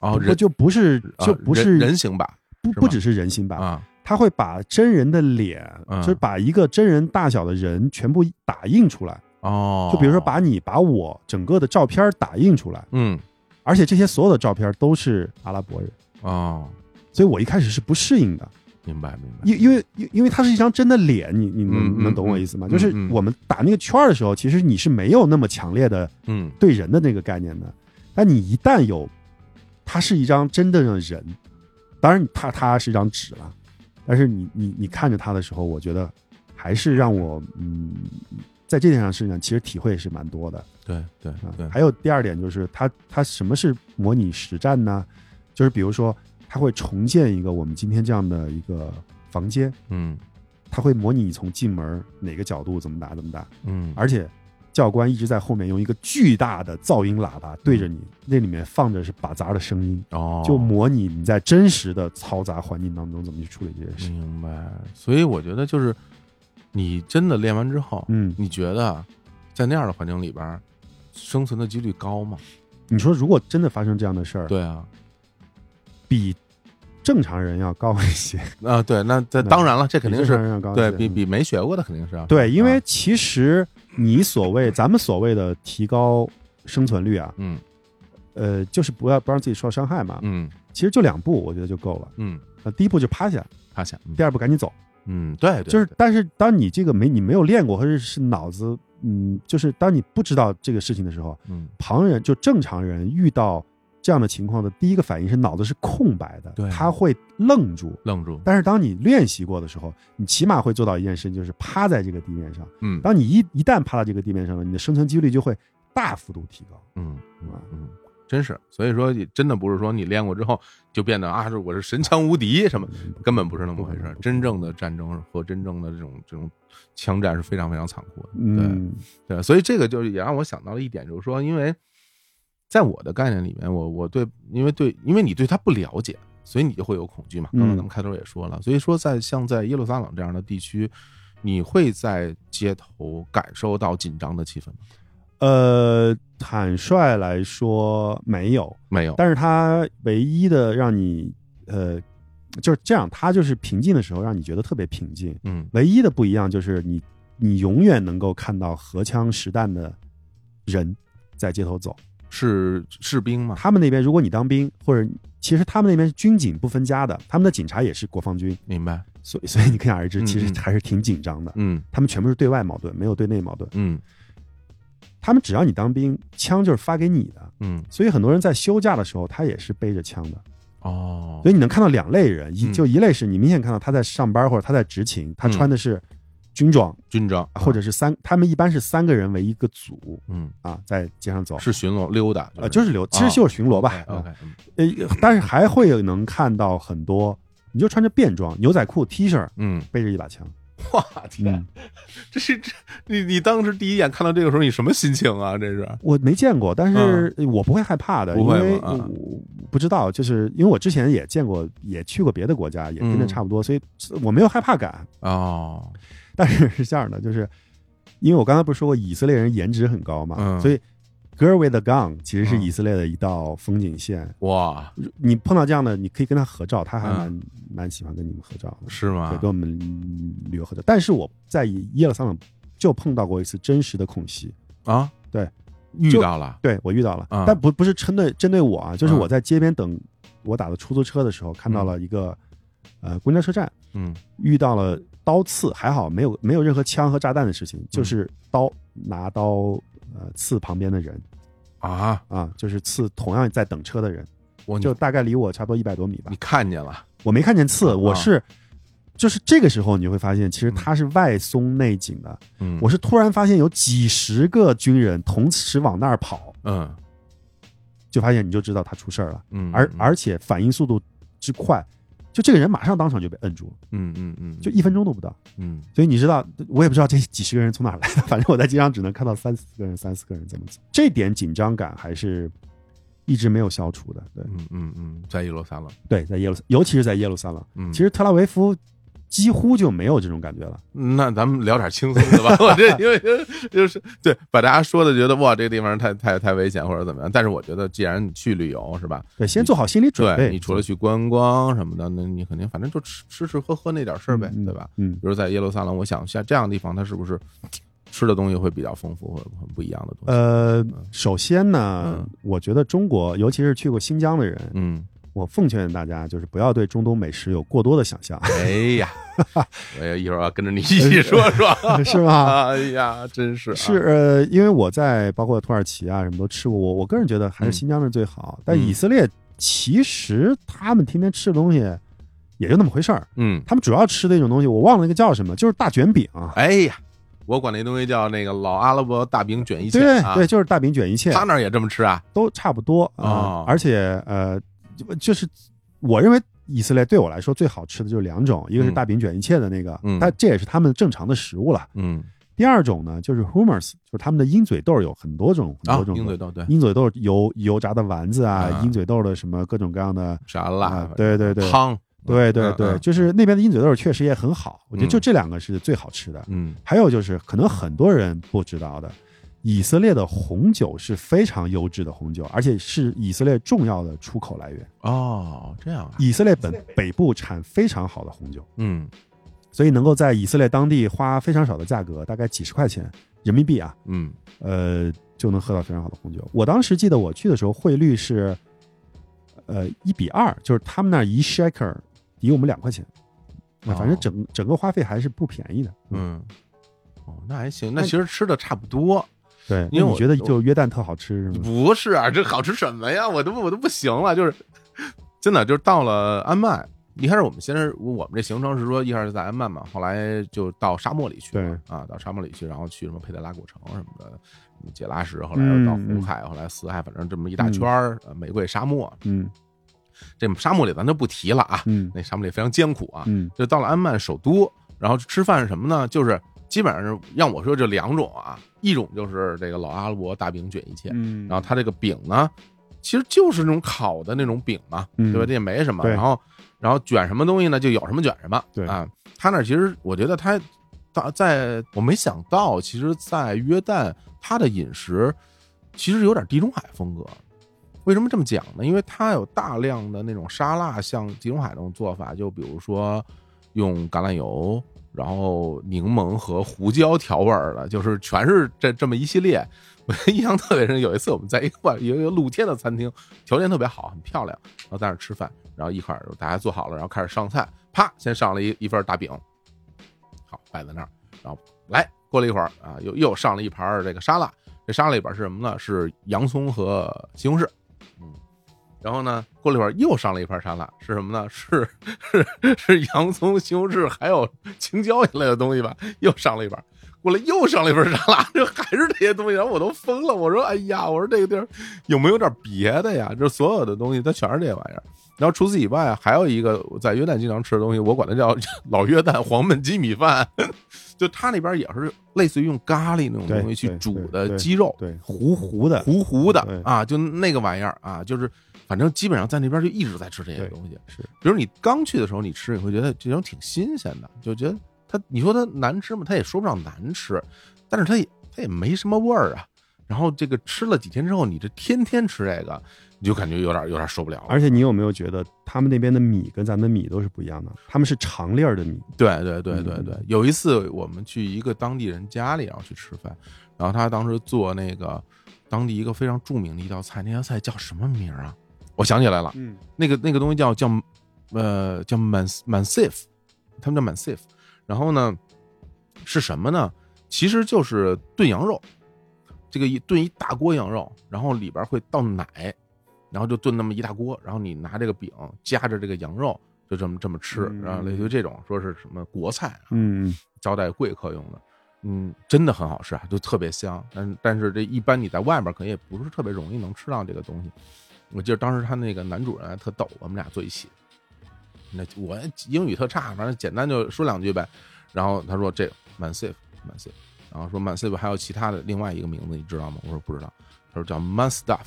哦，
不
人
就不是
啊
就不
人
是
人形吧
不
是
不
吗
只是人形靶，
啊，
他会把真人的脸，
嗯
就是把一个真人大小的人全部打印出来，
哦，
就比如说把你把我整个的照片打印出来，
嗯
而且这些所有的照片都是阿拉伯人，
哦，
所以我一开始是不适应的，
明白明白，
因因为因因为它是一张真的脸，你你能
嗯嗯
能懂我
嗯
意思吗？
嗯
就是
嗯
我们打那个圈儿的时候，其实你是没有那么强烈的
嗯
对人的那个概念的。但你一旦有，它是一张真正的人，当然它它是一张纸了，但是你你你看着它的时候，我觉得还是让我嗯，在这点上是上其实体会是蛮多的
对对
啊。
对，
还有第二点就是它它什么是模拟实战呢？就是比如说它会重建一个我们今天这样的一个房间，
嗯
它会模拟你从进门哪个角度怎么打怎么打，
嗯，
而且教官一直在后面用一个巨大的噪音喇叭对着你，那里面放着是把杂的声音，
嗯哦，
就模拟你在真实的嘈杂环境当中怎么去处理这件事。
明白。所以我觉得就是你真的练完之后，
嗯，
你觉得啊在那样的环境里边儿生存的几率高吗？
你说如果真的发生这样的事儿，
对啊，
比正常人要高一些，
啊对，那这
那
当然了，这肯定
比正常
是
人要高一些嗯
对比比没学过的肯定是要
对，因为
啊
其实你所谓咱们所谓的提高生存率啊，
嗯
呃，就是不要不让自己受到伤害嘛。
嗯
其实就两步，我觉得就够了。
嗯，
呃，第一步就趴下，
趴下，嗯
第二步赶紧走。
嗯，对，对
就是
对，
但是当你这个没你没有练过，或者是脑子，嗯，就是当你不知道这个事情的时候，
嗯，
旁人就正常人遇到这样的情况的第一个反应是脑子是空白的，
对
他会愣住。
愣住，
但是当你练习过的时候，你起码会做到一件事情，就是趴在这个地面上。
嗯
当你一一旦趴到这个地面上了，你的生存几率就会大幅度提高。
嗯
啊
嗯嗯，真是，所以说也真的不是说你练过之后就变得啊，是我是神枪无敌什么，根本不是那么回事
不可
儿
能。
真正的战争和真正的这种这种枪战是非常非常残酷的，对
嗯，
对，所以这个就是也让我想到了一点，就是说，因为在我的概念里面，我我对因为对因为你对它不了解，所以你就会有恐惧嘛。刚刚
嗯
咱们开头也说了，所以说在像在耶路撒冷这样的地区，你会在街头感受到紧张的气氛吗？
呃，坦率来说，没有，
没有，
但是它唯一的让你呃，就是这样，它就是平静的时候让你觉得特别平静。
嗯
唯一的不一样就是你你永远能够看到荷枪实弹的人在街头走。
是士兵嘛？
他们那边如果你当兵或者其实他们那边是军警不分家的，他们的警察也是国防军，
明白？
所以所以你可想而知，
嗯
其实
嗯
还是挺紧张的。
嗯
他们全部是对外矛盾，没有对内矛盾。
嗯
他们只要你当兵，枪就是发给你的，
嗯，
所以很多人在休假的时候，他也是背着枪的。
哦
所，以你能看到两类人，一
嗯
就一类是你明显看到他在上班或者他在执勤，他
嗯啊
穿的是军装，
军装
或者是三，他们一般是三个人为一个组
嗯
啊，在街上走，
是巡逻溜达，
呃，就是流，其实
哦
就是巡逻吧，
OK，嗯
啊呃，但是还会有能看到很多，你就穿着便装，牛仔裤、T 恤，
嗯，
背着一把枪，
(laughs) 哇天
嗯，，
这是这你你当时第一眼看到这个时候，你什么心情啊？这是
我没见过，但是我不会害怕的，
嗯不
因
会吗
为
啊
我不知道，就是因为我之前也见过，也去过别的国家，也跟这
嗯
差不多，所以我没有害怕感，
哦，
(laughs) 但是是这样的，就是因为我刚才不是说过以色列人颜值很高嘛，
嗯
所以 “girl with a gun” 其实是
嗯
以色列的一道风景线。
哇，
你碰到这样的，你可以跟他合照，他还
嗯
蛮、蛮喜欢跟你们合照的，
是啊
对，
吗
跟？我们嗯旅游合照。但是我在耶路撒冷就碰到过一次真实的恐袭，
啊，遇到了，
对我遇到了，
啊
但不不是针对针对我啊，就是
嗯
我在街边等我打的出租车的时候，看到了一个、呃公交车站
嗯
遇到了刀刺，还好没有没有任何枪和炸弹的事
嗯
情，就是刀拿刀呃刺旁边的人
啊，
啊，就是刺同样在等车的人，
我
就
你
大概离我差不多一百多米吧
嗯你，看见了，
我没看见刺，我
啊
是。就是这个时候，你会发现，其实它是外松内紧的。
嗯，
我是突然发现有几十个军人同时往那儿跑，
嗯
就发现你就知道他出事儿了。
嗯，
而
嗯
而且反应速度之快，就这个人马上当场就被摁住了，
嗯嗯嗯，
就一分钟都不到。
嗯
所以你知道，我也不知道这几十个人从哪儿来的， (laughs) 反正我在街上只能看到三四个人，三四个人怎么走。这点紧张感还是一直没有消除的。对
嗯嗯嗯，在一楼三楼，
对，在耶路，尤其是在耶路撒冷，
嗯，
其实特拉维夫几乎就没有这种感觉了。
那咱们聊点轻松的
(laughs)
吧，我这因为就是对把大家说的觉得哇这个地方太太太危险或者怎么样，但是我觉得既然你去旅游是吧，
对，先做好心理准备。
对你除了去观光什么的，那你肯定反正就吃吃吃喝喝那点事儿呗，
嗯
对吧？？
嗯
比，如在耶路撒冷，我想像这样的地方，它是不是吃的东西会比较丰富，或者很不一样的东西？
呃，首先呢，
嗯
我觉得中国，尤其是去过新疆的人，
嗯，
我奉劝大家就是不要对中东美食有过多的想
(laughs)
象，
哎
(laughs)
呀，我也一会儿啊要跟着你一起说说。
是吗？
哎呀，真是啊
是，呃，因为我在包括土耳其啊什么都吃过，我我个人觉得还是
嗯
新疆的最好。但
嗯
以色列其实他们天天吃的东西也就那么回事儿，
嗯，
他们主要吃的一种东西我忘了那个叫什么，就是大卷饼。啊
哎呀，我管那东西叫那个老阿拉伯大饼卷一切
对
啊，
对，就是大饼卷一切，
他那儿也这么吃啊？
都差不多啊、
哦
而且呃，就就是我认为以色列对我来说最好吃的就是两种，一个是
嗯
大饼卷一切的那个，
嗯
但这也是他们正常的食物了。
嗯，
第二种呢，就是 hummus，就是他们的鹰嘴豆有很多种，很
啊
多，种。
鹰嘴豆对，
鹰嘴豆油油炸的丸子啊
啊，
鹰嘴豆的什么各种各样的
啥辣
啊，对对对，
汤，
对对
嗯
对，，就是那边的鹰嘴豆确实也很好，我觉得
嗯
就这两个是最好吃的。
嗯
还有就是，可能很多人不知道的，以色列的红酒是非常优质的红酒，而且是以色列重要的出口来源。
哦，这样啊，
以色列本北部产非常好的红酒，
嗯
所以能够在以色列当地花非常少的价格，大概几十块钱人民币啊，
嗯
呃，就能喝到非常好的红酒。我当时记得我去的时候，汇率是呃一比二，就是他们那儿一 shaker 抵我们两块钱，啊，反正
哦
整整个花费还是不便宜的。，
嗯，哦，那还行，那其实吃的差不多。
对，
因为
那你
我
觉得就约旦特好吃是吗？
不是啊，这好吃什么呀？我都我都不行了，就是真的，就是到了安曼。一开始我们先是我们这行程是说一开始在安曼嘛，后来就到沙漠里去了啊，到沙漠里去，然后去什么佩德拉古城什么的，什么杰拉什，后来又到
嗯嗯
红海，后来四海，反正这么一大圈儿、呃玫瑰沙漠，
嗯
这沙漠里咱就不提了啊，
嗯
那沙漠里非常艰苦啊。
嗯
就到了安曼首都，然后吃饭是什么呢？就是基本上是让我说这两种啊，一种就是这个老阿拉伯大饼卷一切，
嗯
然后它这个饼呢，其实就是那种烤的那种饼嘛，
嗯
对吧？这也没什么。
对
然后，然后卷什么东西呢，就有什么卷什么。
对
啊，他那儿其实我觉得他到在我没想到，其实，在约旦他的饮食其实有点地中海风格。为什么这么讲呢？因为它有大量的那种沙拉，像地中海那种做法，就比如说用橄榄油，然后柠檬和胡椒调味儿的，就是全是这这么一系列。 (laughs) 我印象特别深，有一次我们在一块儿有一个露天的餐厅，条件特别好，很漂亮，然后在那儿吃饭，然后一块儿大家坐好了，然后开始上菜，啪，先上了一一份大饼，好摆在那儿，然后来过了一会儿啊，又又上了一盘儿这个沙拉，这沙拉里边是什么呢？是洋葱和西红柿，嗯，然后呢，过了一会儿又上了一盘沙拉，是什么呢？是是是洋葱、西红柿还有青椒一类的东西吧，又上了一盘。过来又上了一份沙拉，这还是这些东西，然后我都疯了。我说：“哎呀，我说这个地儿有没有点别的呀？这所有的东西它全是这玩意儿。”然后除此以外，还有一个我在约旦经常吃的东西，我管它叫 (laughs) 老约旦黄焖鸡米饭， (laughs) 就它那边也是类似于用咖喱那种
对
东西去
对
煮
对
的
对
鸡肉，
对糊糊的，
糊糊的
对
啊，就那个玩意儿啊，就是反正基本上在那边就一直在吃这些
对
东西。
是
比如你刚去的时候，你吃你会觉得这种挺新鲜的，就觉得它，你说它难吃吗？它也说不上难吃，但是它也它也没什么味儿啊。然后这个吃了几天之后，你这天天吃这个，你就感觉有点有点受不了了。
而且你有没有觉得他们那边的米跟咱们的米都是不一样的？他们是长粒儿的米，
对对对对
嗯
对，有一次我们去一个当地人家里，然后去吃饭，然后他当时做那个当地一个非常著名的一道菜，那道菜叫什么名儿啊？我想起来了，
嗯
那个那个东西叫叫呃叫满满 safe，他们叫满 safe。然后呢，是什么呢？其实就是炖羊肉，这个一炖一大锅羊肉，然后里边会倒奶，然后就炖那么一大锅，然后你拿这个饼夹着这个羊肉，就这么这么吃，
嗯
然后类似于这种说是什么国菜啊，
嗯，
招待贵客用的。嗯，真的很好吃啊，就特别香。但但是这一般你在外边可能也不是特别容易能吃到这个东西。我记得当时他那个男主人还特逗，我们俩坐一起，那我英语特差，反正简单就说两句呗。然后他说这满 safe 满 safe，然后说满 safe 还有其他的另外一个名字你知道吗？我说不知道。他说叫 man stuff。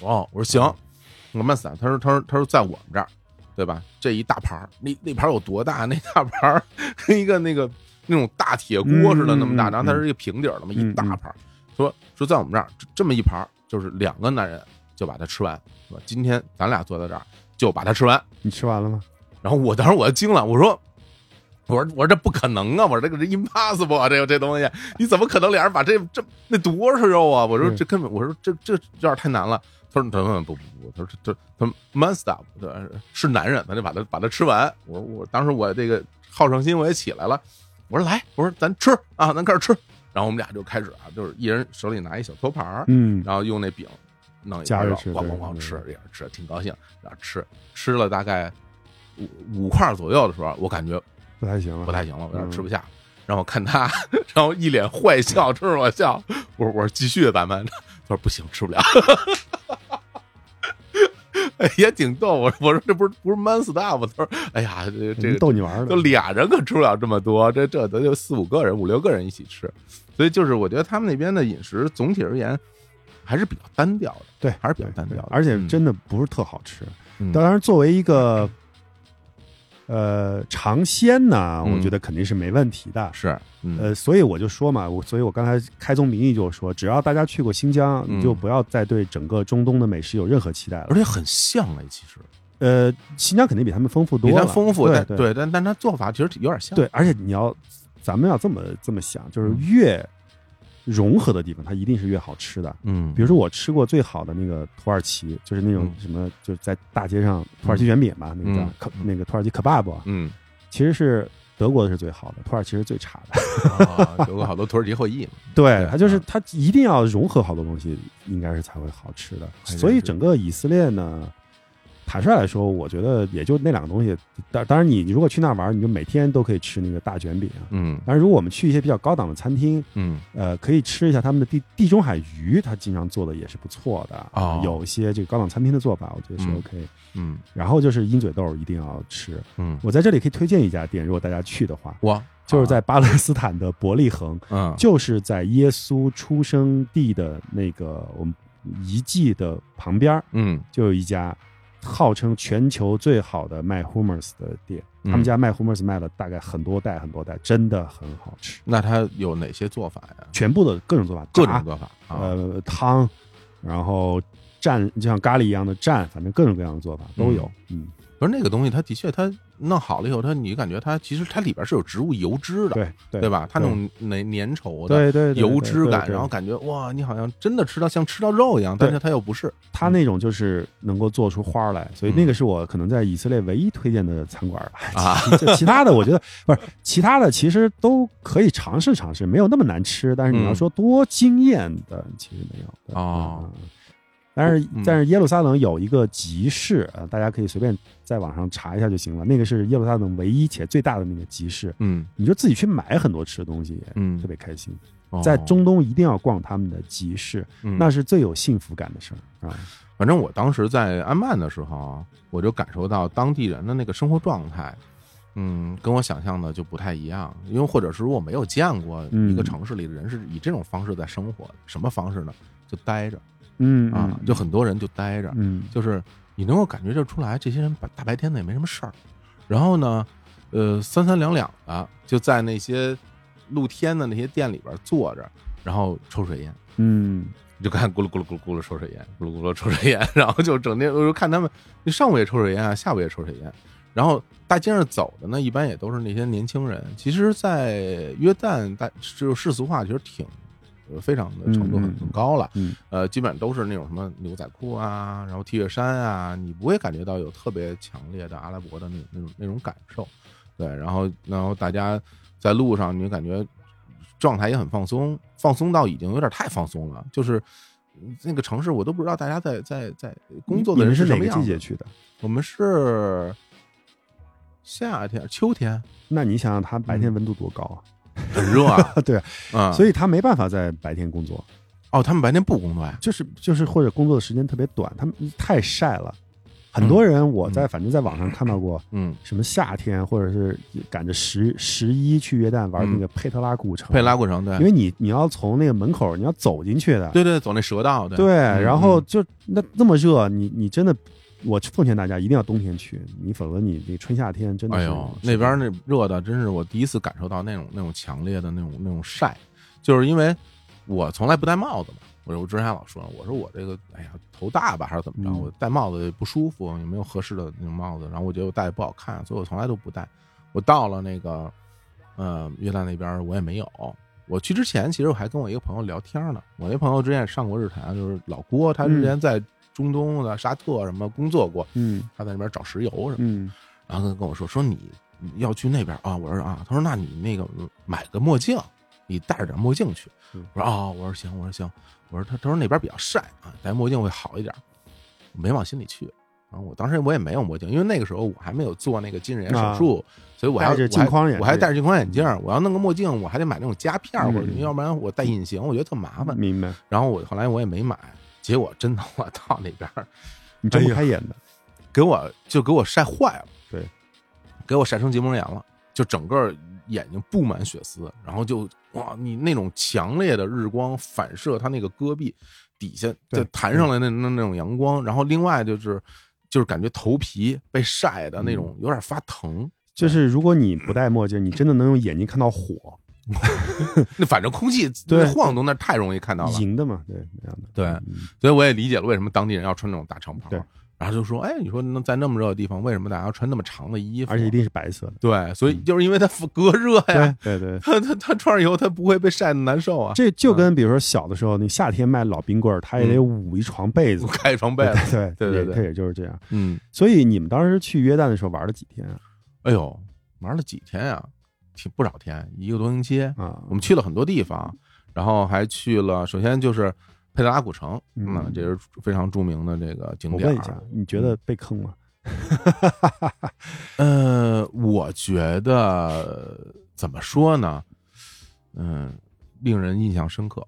哦，我说行，我 man stuff。他说他说他说在我们这儿，对吧？这一大盘儿，那那盘儿有多大？那大盘儿跟一个那个那种大铁锅似的那么大，
嗯嗯嗯
然后它是一个平底儿的嘛，一大盘儿。说说在我们这儿这这么一盘儿，就是两个男人就把它吃完，是吧？今天咱俩坐在这儿就把它吃完。
你吃完了吗？
然后我当时我就惊了，我说。我说我说这不可能啊！我说这个是 impossible 啊！这个这东西，你怎么可能俩人把这这那多少肉啊？我说
嗯
这根本，我说这这这有点太难了。他说他说不不不，他说这这他说 man stop 是男人，咱就把它把它吃完。我说我当时我这个好胜心我也起来了，我说来，我说咱吃啊，咱开始吃。然后我们俩就开始啊，就是一人手里拿一小托盘儿，
嗯，
然后用那饼弄一
夹
块
着
肉，
吃
咣
对
咣咣
对
吃，也是吃，挺高兴。然后吃吃了大概五五块儿左右的时候，我感觉
不太行了，
不太行了，我有点
嗯
吃不下。然后看他，然后一脸坏笑，冲着我笑。我说：“我说继续，咱们。”他说：“不行，吃不了。 (laughs) 哎”也挺逗。我说：“我说这不是不是 man stuff。”他说：“哎呀，这这
人
个
逗你玩儿的，
就俩人可吃不了这么多，这这得就四五个人、五六个人一起吃，所以就是我觉得他们那边的饮食总体而言还是比较单调的，
对，
还是比较
对
单
对
调的
而且
嗯
真的不是特好吃。
嗯
当然，作为一个呃尝鲜呢，
嗯
我觉得肯定是没问题的。
是，嗯
呃，所以我就说嘛，我所以我刚才开宗明义就说，只要大家去过新疆，
嗯
你就不要再对整个中东的美食有任何期待了
而。且很像哎，其实
呃，新疆肯定比他们丰富多
比
了，
咱丰富，
对
但对，但但它做法其实有点像，
对，而且你要，咱们要这么这么想，
嗯
就是越融合的地方，它一定是越好吃的。
嗯，
比如说我吃过最好的那个土耳其，就是那种
嗯
什么，就是在大街上土耳其卷饼吧，那个叫
嗯
可那个土耳其啊可巴布，
嗯，
其实是德国的是最好的，土耳其是最差
(laughs)
的。
啊有个好多土耳其后裔嘛，
对，它就是
嗯
它一定要融合好多东西，应该是才会好吃的。
还真
所以
是
整个以色列呢，坦率来说，我觉得也就那两个东西。当当然你，你如果去那儿玩，你就每天都可以吃那个大卷饼。啊
嗯
当然，如果我们去一些比较高档的餐厅，
嗯
呃，可以吃一下他们的地地中海鱼，它经常做的也是不错的。啊
哦
有一些这个高档餐厅的做法，我觉得是
嗯
OK。
嗯
然后就是鹰嘴豆一定要吃。
嗯，
我在这里可以推荐一家店，如果大家去的话，
我
就是
啊
在巴勒斯坦的伯利恒，
嗯
就是在耶稣出生地的那个我们遗迹的旁边儿，
嗯
就有一家号称全球最好的卖 hummus 的店。
嗯
他们家卖 hummus 卖了大概很多袋很多袋，真的很好吃。
那它有哪些做法呀？
全部的各种做法，
各
炸
种做法啊，
呃汤，然后蘸，就像咖喱一样的蘸，反正各种各样的做法都有。嗯，
不是那个东西，它的确它弄好了以后，它你感觉它其实它里边是有植物油脂的，
对对
对吧？它那种粘粘稠的
对对对
油脂
对
感，
对对
然后感觉哇，你好像真的吃到像吃到肉一样，
对
但是它又不是。
它那种就是能够做出花儿来，
嗯
所以那个是我可能在以色列唯一推荐的餐馆儿吧。
啊
其， (laughs) 就其他的我觉得不是，其他的其实都可以尝试尝试，没有那么难吃。但是你要
嗯
说多惊艳的，其实没有。对
哦。
嗯嗯但是
嗯
但是耶路撒冷有一个集市，呃，大家可以随便在网上查一下就行了。那个是耶路撒冷唯一且最大的那个集市，
嗯
你就自己去买很多吃的东西，也
嗯
特，别开心。
哦
在，中东一定要逛他们的集市，
嗯
那是最有幸福感的事儿啊。
反正我当时在安曼的时候啊，我就感受到当地人的那个生活状态，嗯，跟我想象的就不太一样。因为或者是我没有见过
嗯
一个城市里的人是以这种方式在生活的，什么方式呢？就待着
嗯
啊，就很多人就待着，
嗯
就是啊你能够感觉就出来，这些人把大白天的也没什么事儿，然后呢，呃，三三两两的就在那些露天的那些店里边坐着，然后抽水烟，
嗯
你就看咕噜咕噜咕噜咕噜抽水烟，咕噜咕噜抽水烟， (laughs) 然后就整天我就看他们，就上午也抽水烟啊，下午也抽水烟，然后大街上走的呢，一般也都是那些年轻人。其实，在约旦，大就是世俗化，其实挺呃非常的程度很
嗯嗯
很高了。
嗯
呃，基本都是那种什么牛仔裤啊，然后 T 恤衫啊，你不会感觉到有特别强烈的阿拉伯的那那种那种感受。对，然后然后大家在路上，你感觉状态也很放松，放松到已经有点太放松了，就是。嗯那个城市我都不知道大家在在在工作的人
你们是
什
哪
么
个
样
季
子
节。去的？
我们是夏天、秋天，
那你想想，它白天温度多高啊？
很热啊
(laughs) 对啊，
嗯啊！
所
以
以他没办法在白天工作，
哦，他们白天不工作呀？
就是就是或者工作的时间特别短，他们太晒了。很多人我在反正在网上看到过，
嗯，
什么夏天或者是赶着十十一去约旦玩
嗯
那个佩特拉古城，
佩拉古城对，
哦因为你你要从那个门口你要走进去的，
对对走那蛇道对
对，然后
嗯
就那那么热，你你真的，我奉劝大家一定要冬天去，你否则你你春夏天真的
哎
是，
呦，那边那热的，真是我第一次感受到那种那种强烈的那种那种晒，就是因为我从来不戴帽子嘛。我我之前还老说，我说我这个哎呀头大吧还是怎么着，
嗯
我戴帽子也不舒服，也没有合适的那种帽子，然后我觉得我戴也不好看，所以我从来都不戴。我到了那个呃约旦那边，我也没有。我去之前，其实我还跟我一个朋友聊天呢。我那朋友之前也上过日坛，就是老郭，他之前在中东的沙特什么工作过，
嗯
他在那边找石油什么的。
嗯
然后他跟我说说你要去那边啊，我说啊，他说那你那个买个墨镜，你戴着点墨镜去。
嗯
我说啊、我说行，我说行，我说他他说那边比较晒啊，戴墨镜会好一点。我没往心里去，然后我当时我也没有墨镜，因为那个时候我还没有做那个近视眼手术，所以我还
啊戴着
我还
镜框眼镜
我还戴着镜框眼镜，我要弄个墨镜，我还得买那种夹片，
嗯
或者要不然我戴隐形，我觉得特麻烦。
明白，
然后我后来我也没买，结果真的我到那边儿
你睁
哎
不
呀
开眼的，
给我就给我晒坏了，
对，
给我晒成结膜炎了，就整个眼睛布满血丝，然后就哇，你那种强烈的日光反射它那个戈壁底下
对嗯
就弹上来那那那种阳光，然后另外就是就是感觉头皮被晒的那
嗯
种有点发疼，
就是如果你不戴墨镜，你真的能用眼睛看到火，
那反正空气
对
晃动那太容易看到了，
银的嘛，对那样的，
对
嗯
所以我也理解了为什么当地人要穿那种大长袍
对。
然后就说，哎，你说能在那么热的地方，为什么大家要穿那么长的衣服？
而且一定是白色的，
对，所以就是因为它隔热呀，
对对对。
他他他穿上以后，他不会被晒得难受啊。 (laughs)
这就跟比如说小的时候，你夏天卖老冰棍儿，他也得捂一床被子，
盖床被子，
对
对对对
他也就是这样。
嗯，
所以你们当时去约旦的时候玩了几天啊？
哎呦，玩了几天啊，挺不少天，一个多星期。
啊
我们去了很多地方，然后还去了，首先就是佩特拉古城，
嗯
嗯，这是非常著名的这个景
我
点。
问一下，，你觉得被坑吗？
呃，我觉得怎么说呢？嗯，令人印象深刻。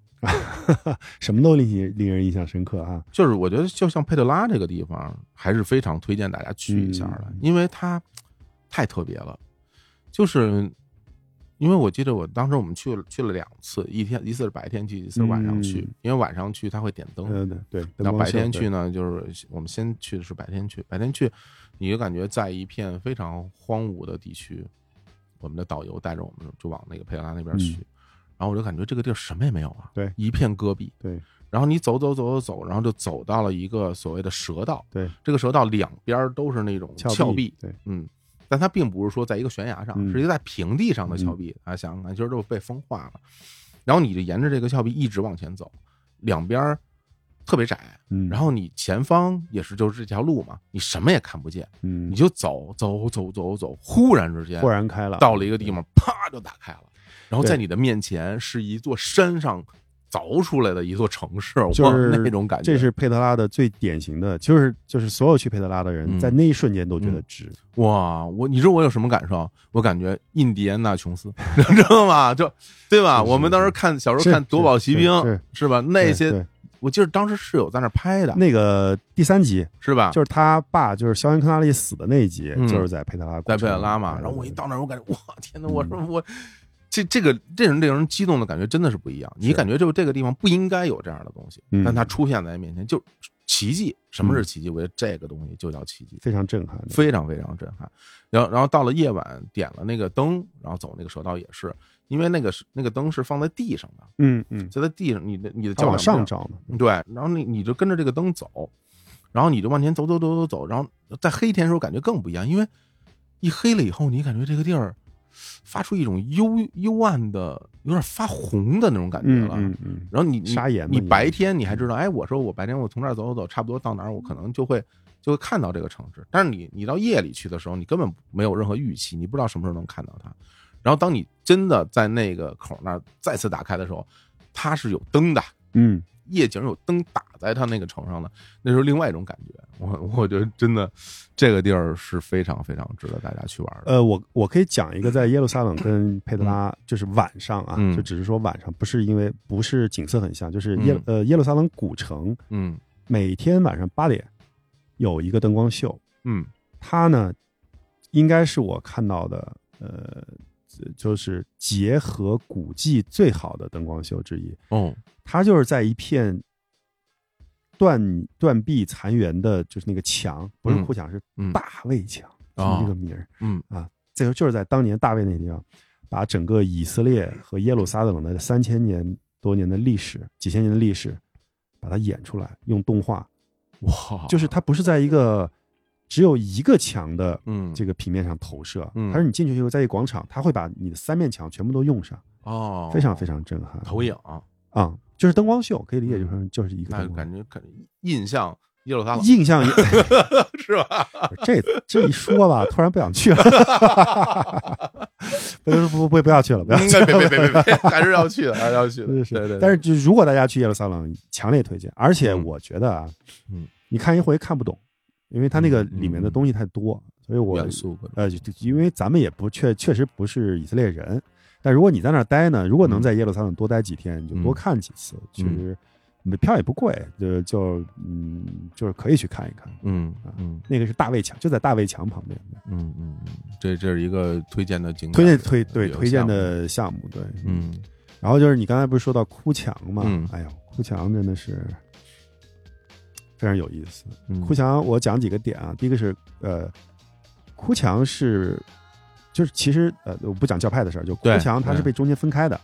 什么都令你令人印象深刻啊！
就是我觉得，就像佩特拉这个地方，还是非常推荐大家去一下的，
嗯
因为它太特别了。就是因为我记得我当时我们去了去了两次，一天一次是白天去，一次是晚上去，
嗯
因为晚上去它会点灯。
嗯，对，
然后白天去
呢？
呢，就是我们先去的是白天去，白天去，你就感觉在一片非常荒芜的地区，我们的导游带着我们就往那个佩特拉那边去，然后我就感觉这个地儿什么也没有啊，
嗯对
一片戈壁，
对
然后你走走走走走，然后就走到了一个所谓的蛇道，
对，
这个蛇道两边儿都是那种
峭
峭
壁
壁，
对，
嗯，但它并不是说在一个悬崖上，
嗯
是一个在平地上的峭壁。啊，想想看，就是都被风化了。然后你就沿着这个峭壁一直往前走，两边儿特别窄，
嗯，
然
后
后你前方也是就是这条路嘛，你什么也看不见，
嗯，
你就走走走走走，忽然之间
豁然开朗，
到了一个地方，啪就打开了，然后
啊对
在你的面前是一座山上凿出来的一座城市，
就
哇，
是
那种感觉。
这是佩特拉的最典型的，就是就是所有去佩特拉的人
嗯
在那一瞬间都觉得值，
哇，我你知道我有什么感受？我感觉印第安纳琼
(laughs)
斯，你知道吗？就对吧？
是是
我们当时看小时
是
候看《夺宝奇兵
是是》
是吧？那
对
些
对
我记得当时是有在那儿拍的，
那个第三集
是吧？
就是他爸就是肖恩康纳利死的那一集，
啊嗯
就是在佩特拉古
在
城，
贝尔拉嘛。
对
然后我一，到那儿，我感觉哇，天哪！
嗯
我说我这这个这种令人激动的感觉真的是不一样。你
是
感觉就这个地方不应该有这样的东西
嗯，
但它出现在面前就奇迹。什么是奇迹？我觉得这个东西就叫奇迹
对。非常震撼的，
非常非常震撼。然后然后到了夜晚，点了那个灯，然后走那个蛇道也是，因为那个是那个灯是放在地上的，
嗯嗯，
就在地上，你的你的
他
脚
往
掌
上找呢，
对，然后你你就跟着这个灯走，然后你就往前走走走走走，然后在黑天的时候感觉更不一样，因为一黑了以后，你感觉这个地儿发出一种幽幽暗的、有点发红的那种感觉
嗯
了。
嗯嗯，
然后你你
沙眼嘛
你
应该
白天你还知道，哎，我说我白天我从这儿走走走，差不多到哪儿，我可能就会就会看到这个城市。但是你你到夜里去的时候，你根本没有任何预期，你不知道什么时候能看到它。然后当你真的在那个口那儿再次打开的时候，它是有灯的，
嗯，
夜景有灯打在它那个城上的，那时候另外一种感觉。我我觉得真的这个地儿是非常非常值得大家去玩的。
呃，我我可以讲一个在耶路撒冷
(coughs)
跟佩德拉，就是晚上啊，
嗯
就只是说晚上，不是因为不是景色很像，就是耶、
嗯
呃耶路撒冷古城
嗯
每天晚上八点有一个灯光秀，
嗯
它呢应该是我看到的呃就是结合古迹最好的灯光秀之一。
哦
它就是在一片断断壁残垣的，就是那个墙，不是
嗯
哭墙，是
嗯
大卫墙，
啊
听这个名儿。
嗯
这个就是在当年大卫那地方，把整个以色列和耶路撒冷的三千年多年的历史、几千年的历史，把它演出来，用动画，
哇
就是它不是在一个只有一个墙的
嗯
这个平面上投射，
嗯
它是你进去以后，在一个广场，它会把你的三面墙全部都用上，
哦
非常非常震撼。
投嗯影、
啊、就是灯光秀，可以理解就是就是一个
那
灯光秀
感觉感印象耶路撒冷
印象也
(laughs) 是吧？
(laughs) 这这一说吧，突然不想去了。 (laughs) 不不不不要去了，不要
应
去
该
了。
别别别别
(laughs)
别，还是要去的，还是要去的。
是是
对对，
但
是
是就如果大家去耶路撒冷，强烈推荐。而且我觉得啊，
嗯，
你看一回看不懂，因为它那个
嗯嗯
里面的东西太多，所以我
元素各种
呃，就就因为咱们也不确确实不是以色列人，但如果你在那儿待呢，如
嗯
果能在耶路撒冷多待几天，你就多看几次，其实你的票也不贵，就就嗯，就是可以去看一看。
嗯
啊
嗯
那个是大卫墙，就在大卫墙旁边。
嗯嗯嗯，这这是一个推荐的景点，
推荐推对
嗯有
推荐
项目，
的项目对，
嗯
然后就是你刚才不是说到哭墙嘛？
嗯
哎呦，哭墙真的是非常有意思。
嗯，
哭墙，我讲几个点啊。第一个是呃，哭墙是就是其实呃，我不讲教派的事儿，就哭
对
墙它是
对
被中间分开的，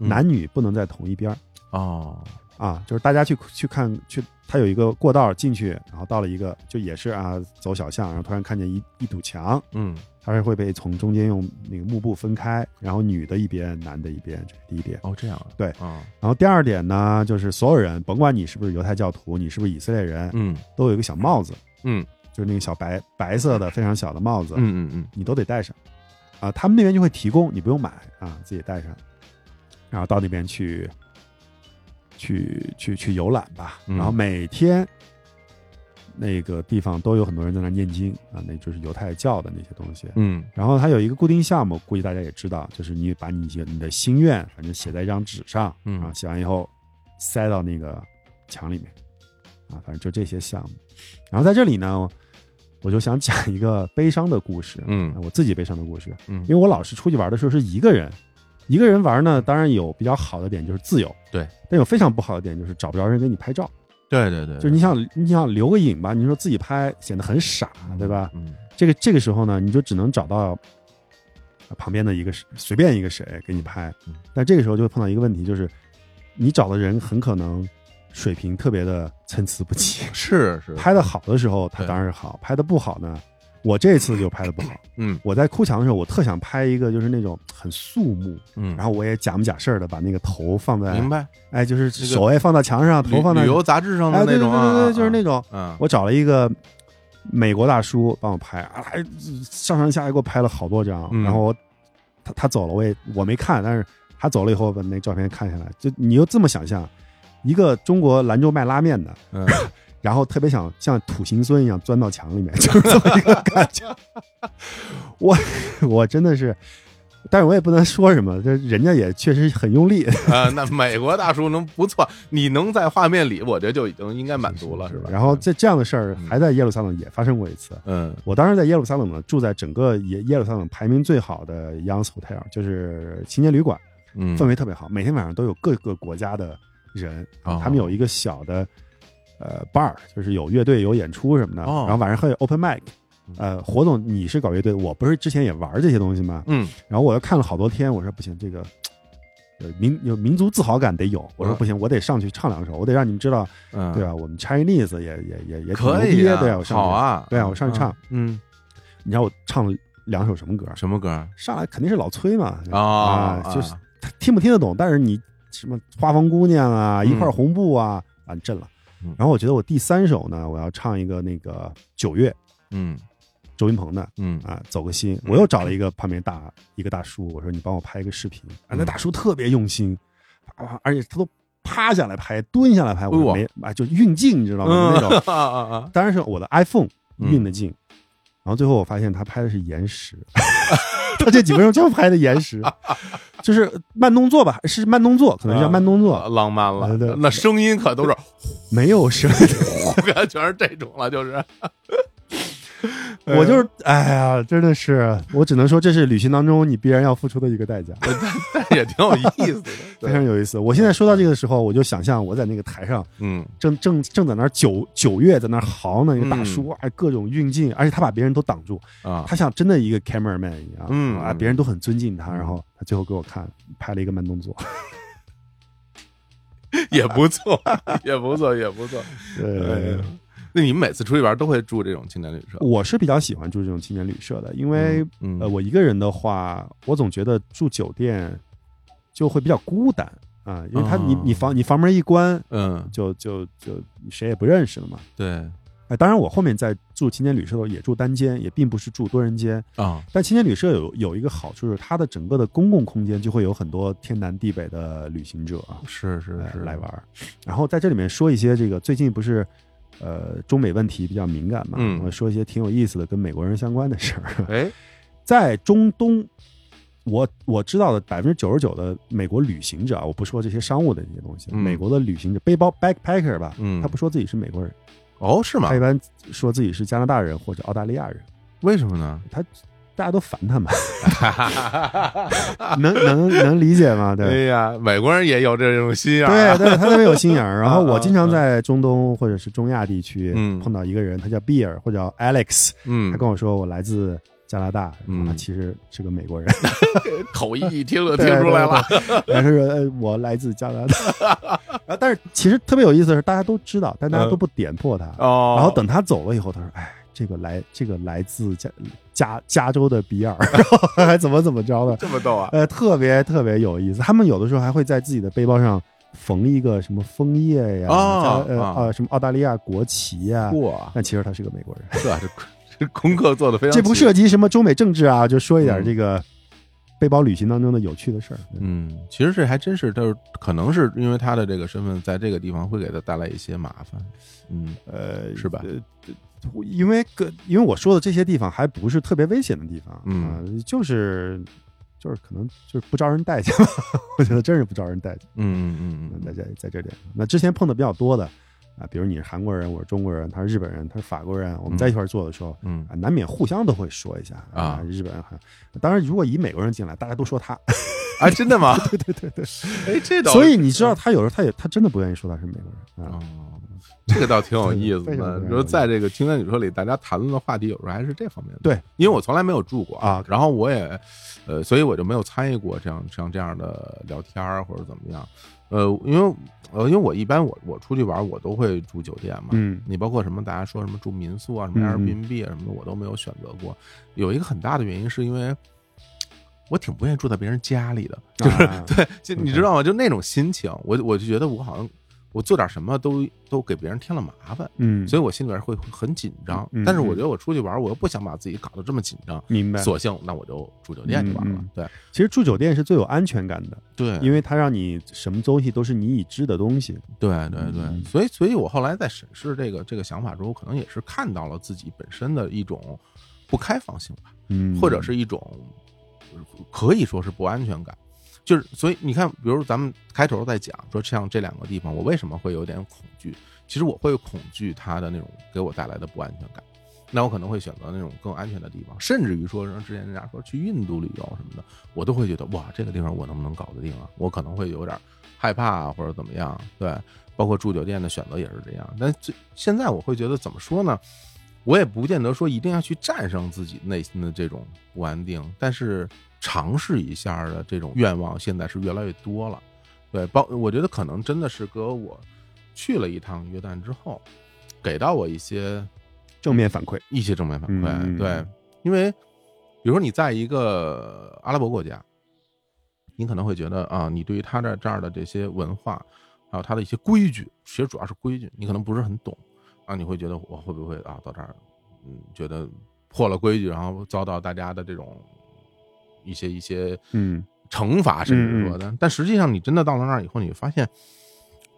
嗯
男女不能在同一边儿
哦，
啊。就是大家去去看去，它有一个过道儿进去，然后到了一个就也是啊走小巷，然后突然看见一一堵墙，
嗯
它是会被从中间用那个幕布分开，然后女的一边，男的一边，这是第一点。
哦这样啊，
对
啊
然后第二点呢，就是所有人，甭管你是不是犹太教徒，你是不是以色列人，
嗯
都有一个小帽子，
嗯
就是那个小白白色的非常小的帽子，
嗯嗯嗯
你都得戴上。啊，他们那边就会提供，你不用买啊，自己带上，然后到那边去，去去去游览吧。
嗯
然后每天那个地方都有很多人在那念经啊，那就是犹太教的那些东西。
嗯
然后它有一个固定项目，估计大家也知道，就是你把你写你的心愿，反正写在一张纸上，
嗯
啊，写完以后塞到那个墙里面，啊，反正就这些项目。然后在这里呢，我就想讲一个悲伤的故事，啊
嗯
我自己悲伤的故事，
嗯
因为我老是出去玩的时候是一个人，一个人玩呢，当然有比较好的点就是自由，
对，
但有非常不好的点就是找不着人给你拍照，
对对对，
就是你想你想留个影吧，你说自己拍显得很傻，对吧？
嗯
这个这个时候呢，你就只能找到旁边的一个谁随便一个谁给你拍
嗯。
但这个时候就会碰到一个问题，就是你找的人很可能水平特别的参差不齐。
是是
拍的好的时候，他
对
当然是好；拍的不好呢，我这次就拍的不好。
嗯
我在哭墙的时候，我特想拍一个就是那种很肃穆，
嗯，
然后我也假模假式的把那个头放在
明，白
哎，就是
那个
手哎放到墙上，头
旅
放在
旅游杂志上的
哎，对
那
对
种
对
啊，
对，对就是那种
嗯
我找了一个美国大叔帮我拍，啊，还上上下下给我拍了好多张，
嗯
然后我他他走了，我也我没看，但是他走了以后把那照片看下来，就你就这么想象，一个中国兰州卖拉面的，
嗯 (laughs)
然后特别想像土行孙一样钻到墙里面， (laughs) 就是这么一个感觉。我我真的是，但是我也不能说什么，这人家也确实很用力，
啊，那美国大叔能不错，你能在画面里，我觉得就已经应该满足了，
是
是吧？
然后这这样的事儿
嗯
还在耶路撒冷也发生过一次，
嗯
我当时在耶路撒冷呢，住在整个耶耶路撒冷排名最好的 Youngs Hotel，就是青年旅馆，
嗯
氛围特别好，每天晚上都有各个国家的人，
哦
他们有一个小的呃 bar，就是有乐队、有演出什么的，
哦嗯
然后晚上还有 open mic。呃，火总，你是搞乐队，我不是之前也玩这些东西吗？
嗯
然后我又看了好多天，我说不行，这个有民有民族自豪感得有。我说
嗯
不行，我得上去唱两首，我得让你们知道，
嗯，
对吧？我们 Chinese 也也也也挺牛
可
逼
以
的，
啊，
对啊，我上去
好啊，
对啊我上去唱
嗯，
你知道我唱了两首什么歌？
什么歌啊？
上来肯定是老崔嘛，
啊
啊就是他听不听得懂，但是你什么花房姑娘啊，
嗯
一块红布啊，啊你震了
嗯。
然后我觉得我第三首呢，我要唱一个那个九月
嗯
周云鹏的
嗯
啊，走个心。我又找了一个旁边大一个大叔，我说你帮我拍一个视频啊，
嗯
那大叔特别用心，啊，而且他都趴下来拍，蹲下来拍，我
哎呦
说没啊，就运镜你知道吗？
嗯 (laughs)
那种
啊啊啊！
当然是我的 iPhone
嗯
运的镜，然后最后我发现他拍的是延时， (laughs) 他这几分钟就拍的延时，就是慢动作吧，是慢动作，可能叫慢动作，
浪漫
啊对
了，那声音可都是， (laughs)
没有声。
全是这种了，就是。
我就是，哎呀，真的是，我只能说这是旅行当中你必然要付出的一个代价，
(laughs) 但也挺有意思的。
(laughs) 非常有意思。我现在说到这个的时候，我就想象我在那个台上
嗯
正正正在那儿九九月在那儿嚎呢，一个大叔哎，各种运镜，而且他把别人都挡住，
啊，
他像真的一个 cameraman 一样，
嗯
啊，
嗯
别人都很尊敬他，然后他最后给我看拍了一个慢动作，
(laughs) 也不错，也不错，也
(laughs)
不错。
对
哎，那你们每次出去玩都会住这种青年旅社？
呃我是比较喜欢住这种青年旅社的，因为、
嗯
呃，我一个人的话，我总觉得住酒店就会比较孤单啊，因为他、
哦
你你房你房门一关，
嗯，
就就就谁也不认识了嘛。
对
哎，当然，我后面在住青年旅社的时候也住单间，也并不是住多人间。
啊，
但青年旅社有有一个好处，就是它的整个的公共空间就会有很多天南地北的旅行者啊，
是是
呃
是，
来玩儿。然后在这里面说一些这个最近不是呃中美问题比较敏感嘛，
嗯
我说一些挺有意思的跟美国人相关的事儿。 (laughs)
哎，
在中东，我我知道的百分之九十九的美国旅行者啊，我不说这些商务的这些东西，
嗯
美国的旅行者背包 backpacker 吧，
嗯
他不说自己是美国人，
哦，是吗
他一？般说自己是加拿大人或者澳大利亚人，
为什么呢？
大家都烦
(laughs)
他们，能能能理解吗？对。
哎呀，美国人也有这种心眼儿
对
啊。
对，他特别有心眼
(laughs)
儿。然后
啊啊
我经常在中东或者是中亚地区
嗯
碰到一个人，他叫比尔或者叫 Alex，他
嗯，
跟我说我来自加拿大，
嗯
然后他其实是个美国人， (laughs)
口音一听就听出来了。
对。对对然后他说呃我来自加拿大， (laughs) 然后但是其实特别有意思的是，大家都知道，但大家都不点破他。
嗯哦，
然后等他走了以后，他说：“哎，这个来这个来自加加加州的比尔，然后还怎么怎么着的，
这么
(laughs)
逗啊？
呃，特别特别有意思。他们有的时候还会在自己的背包上缝一个什么枫叶呀，
哦
加呃
啊
呃什么澳大利亚国旗呀。
哇，
但其实他是个美国人，
这这这功课做的非常。
这不涉及什么中美政治啊，就说一点
嗯
这个背包旅行当中的有趣的事儿。
嗯，其实这还真是，就是可能是因为他的这个身份，在这个地方会给他带来一些麻烦。嗯，
呃，
是吧
呃？呃因为个，因为我说的这些地方还不是特别危险的地方，
嗯
啊就是就是可能就是不招人待见， (laughs) 我觉得真是不招人待见。
嗯嗯嗯
那在这在这点上，那之前碰的比较多的啊，比如你是韩国人，我是中国人，他是日本人，他是法国人，我们在一块儿做的时候。
嗯
啊，难免互相都会说一下
啊
日本人韩，当然如果以美国人进来，大家都说他，
(laughs) 啊，真的
(laughs)
吗？对对对对，哎，这倒
所以你知道他有时候他也他真的不愿意说他是美国人啊
哦，，这个倒挺有意思
(laughs) 非常非常
的。
有意思
你说在这个青年旅社里，大家谈论的话题有时候还是这方面的。
对，
因为我从来没有住过
啊
然后我也，呃，所以我就没有参与过这样像这样的聊天儿或者怎么样。呃，因为呃，因为我一般我我出去玩儿我都会住酒店嘛，
嗯
你包括什么大家说什么住民宿啊，什么
嗯
Airbnb 啊什么的，我都没有选择过。有一个很大的原因是因为我挺不愿意住在别人家里的， (laughs) 就是、
啊
对，就你
OK
知道吗？就那种心情，我我就觉得我好像我做点什么都都给别人添了麻烦，
嗯，
所以我心里边会会很紧张。
嗯
但是我觉得我出去玩，我又不想把自己搞得这么紧张，
明白。
索性那我就住酒店就完了
嗯。
对
其实住酒店是最有安全感的，
对，
因为它让你什么东西都是你已知的东西。
对对对，
嗯
所以所以我后来在审视这个这个想法之后，可能也是看到了自己本身的一种不开放性吧，
嗯，
或者是一种可以说是不安全感。就是所以你看，比如咱们开头在讲说，像这两个地方，我为什么会有点恐惧？其实我会恐惧它的那种给我带来的不安全感。那我可能会选择那种更安全的地方，甚至于说，像之前人家说去印度旅游什么的，我都会觉得哇，这个地方我能不能搞得定啊？我可能会有点害怕啊，或者怎么样。对，包括住酒店的选择也是这样。但最现在我会觉得怎么说呢？我也不见得说一定要去战胜自己内心的这种不安定，但是尝试一下的这种愿望现在是越来越多了。对，包我觉得可能真的是跟我去了一趟约旦之后，给到我一些
正面反馈。
一些正面反馈。
嗯
对，因为比如说你在一个阿拉伯国家，你可能会觉得啊，你对于他这这儿的这些文化，还有他的一些规矩，其实主要是规矩，你可能不是很懂啊，你会觉得我会不会啊到这儿，嗯，觉得破了规矩，然后遭到大家的这种一些一些
嗯，
惩罚，甚至说
嗯
的。但实际上，你真的到了那儿以后，你发现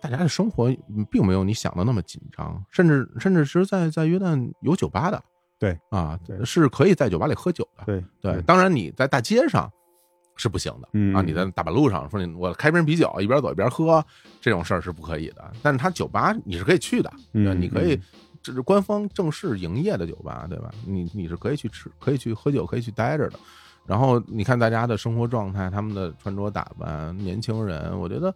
大家的生活嗯并没有你想的那么紧张，甚至甚至是在在约旦有酒吧的，
对
啊，
对
是可以在酒吧里喝酒的。
对
对，，当然你在大街上是不行的。
嗯
啊，你在大马路上说你我开瓶啤酒一边走一边喝这种事儿是不可以的，但是他酒吧你是可以去的，
嗯
对，你可以
嗯
这是官方正式营业的酒吧，对吧？你你是可以去吃、可以去喝酒、可以去待着的。然后你看大家的生活状态、他们的穿着打扮，年轻人，我觉得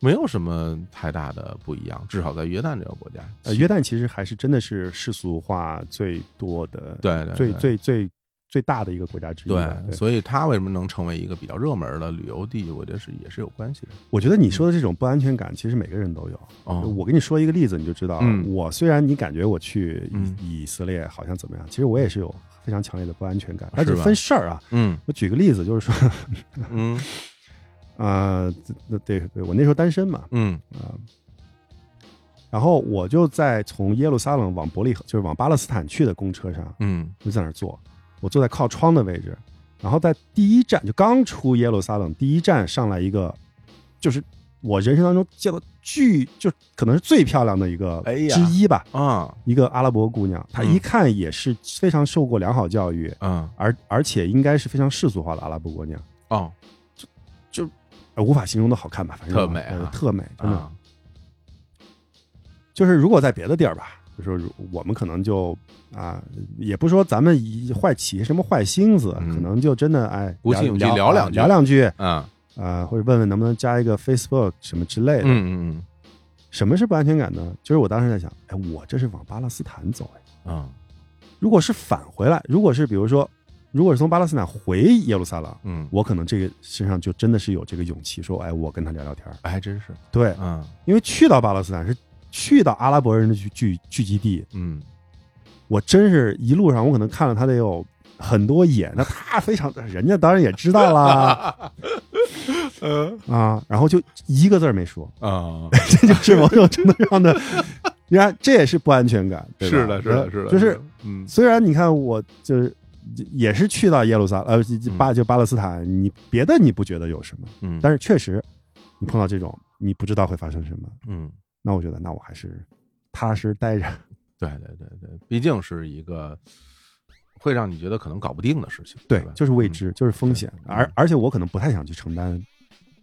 没有什么太大的不一样，至少在约旦这个国家，
呃，约旦其实还是真的是世俗化最多的，
对对
最
对
最最最大的一个国家之一吧。
对，所以它为什么能成为一个比较热门的旅游地，我觉得是也是有关系的。
我觉得你说的这种不安全感，其实每个人都有。
哦，
我给你说一个例子，你就知道了。啊
嗯
我虽然你感觉我去以,、
嗯
以色列好像怎么样，其实我也是有非常强烈的不安全感。
吧
但是分事儿啊，
嗯
我举个例子，就是说， (laughs)
嗯
呃，对对对，我那时候单身嘛，
嗯
然后我就在从耶路撒冷往伯利恒，就是往巴勒斯坦去的公车上，
嗯
我就在那儿坐，我坐在靠窗的位置，然后在第一站就刚出耶路撒冷第一站上来一个，就是我人生当中见到巨就可能是最漂亮的一个
哎呀
之一吧，
啊
一个阿拉伯姑娘，她
嗯
一看也是非常受过良好教育，
啊
而而且应该是非常世俗化的阿拉伯姑娘，
哦
呃无法形容的好看吧，反正
特美啊
呃特美，真的。
啊
就是如果在别的地儿吧，就说如我们可能就啊，也不是说咱们一坏起什么坏心思，
嗯
可能就真的哎，
鼓起勇气
聊
聊两句
聊两句，
啊
啊，或者问问能不能加一个 Facebook 什么之类的。
嗯嗯
什么是不安全感呢？就是我当时在想，哎，我这是往巴勒斯坦走，哎，
嗯啊
如果是返回来，如果是比如说，如果是从巴勒斯坦回耶路撒冷。
嗯，
我可能这个身上就真的是有这个勇气，说，哎，我跟他聊聊天儿。
还真是
对，
啊
因为去到巴勒斯坦是去到阿拉伯人的聚聚聚集地，
嗯
我真是一路上我可能看了他得有很多眼，
(laughs)
那他非常，人家当然也知道啦
呃
啊，然后就一个字儿没说， (laughs)
啊
这就是某种程度上的，你看这也是不安全感，对吧呃
是的是的是的，
就是
嗯
虽然你看我就是。也是去到耶路撒呃巴就巴勒斯坦，你别的你不觉得有什么，
嗯，
但是确实你碰到这种你不知道会发生什么，
嗯。
那我觉得那我还是踏实待着，
对对对对，毕竟是一个会让你觉得可能搞不定的事情，
对
吧，嗯
就是未知，就是风险，
对
而
嗯
而且我可能不太想去承担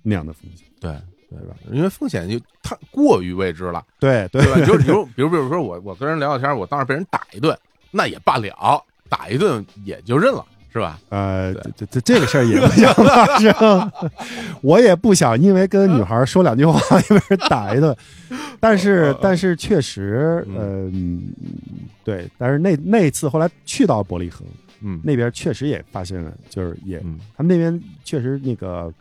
那样的风险。
嗯对对
对
吧
吧？
因为风险就太过于未知了，
对对
对
(laughs)
吧？就是比如比如比如说我我跟人聊聊天，我当时被人打一顿，那也罢了，打一顿也就认了，是吧？
呃，
对
这这这这个事儿也不想发生， (laughs) 我也不想因为跟女孩说两句话， (laughs) 因为打一顿。但
嗯
是，但是确实，呃，嗯对，但是那那次后来去到伯利恒
嗯，
那边，确实也发现了，就是也
嗯
他们那边确实那个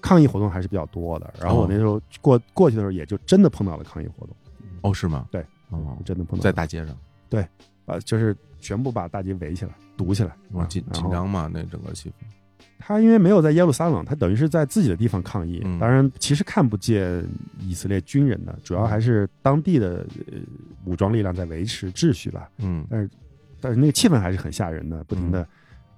抗议活动还是比较多的。然后我那时候过过去的时候，也就真的碰到了抗议活动，
哦是吗？
对，
哦，
真的碰到了
在大街上，
啊，就是全部把大街围起来、堵起来。
哇
啊
紧
然
紧
后
张嘛，那整个气氛，
他因为没有在耶路撒冷，他等于是在自己的地方抗议。
嗯
当然，其实看不见以色列军人的，主
嗯
要还是当地的、呃、武装力量在维持秩序吧。
嗯
但是那个气氛还是很吓人的，不停的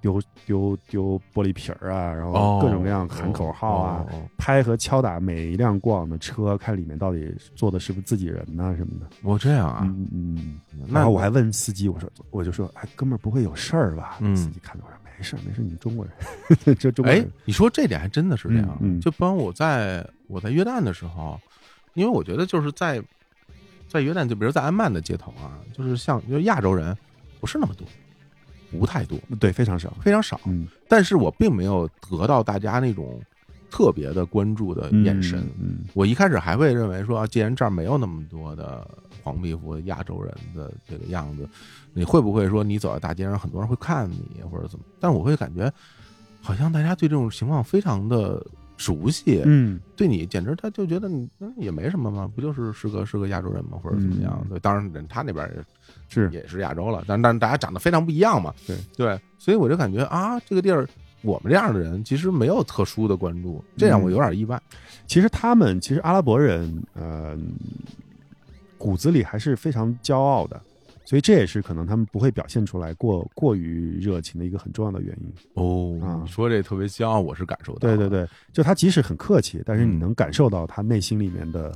丢丢丢玻璃瓶儿啊，然后
哦，
各种各样喊口号啊，
哦，哦
拍和敲打每一辆过往的车，看里面到底坐的是不是自己人呐、什么的。
哦哦这样啊，
嗯嗯。然
那
后我还问司机，我说我就说，哎，哥们儿不会有事儿吧？
嗯
司机看着我说没事儿没事儿，你们中国人， (laughs) 这中国
哎
人，，
你说这点还真的是这样。
嗯嗯
就帮我在我在约旦的时候，因为我觉得就是在在约旦，就比如在安曼的街头啊，就是像就是亚洲人不是那么多，不太多，
对，非常少。
非常少。
嗯，
但是我并没有得到大家那种特别的关注的眼神。
嗯，
我一开始还会认为说，啊既然这儿没有那么多的黄皮肤亚洲人的这个样子，你会不会说你走在大街上，很多人会看你或者怎么？但我会感觉，好像大家对这种情况非常的熟悉，
嗯，
对你简直他就觉得你那也没什么嘛，不就是是个是个亚洲人嘛，或者怎么样？
嗯
对，当然人他那边也
是
也是亚洲了，但但大家长得非常不一样嘛，
对
对，所以我就感觉啊，这个地儿我们这样的人其实没有特殊的关注，这
嗯
让我有点意外。
其实他们其实阿拉伯人，呃，骨子里还是非常骄傲的，所以这也是可能他们不会表现出来过过于热情的一个很重要的原因。
哦
啊
你说这特别像，我是感受到，
对对，对，就他即使很客气，但是你
嗯
能感受到他内心里面的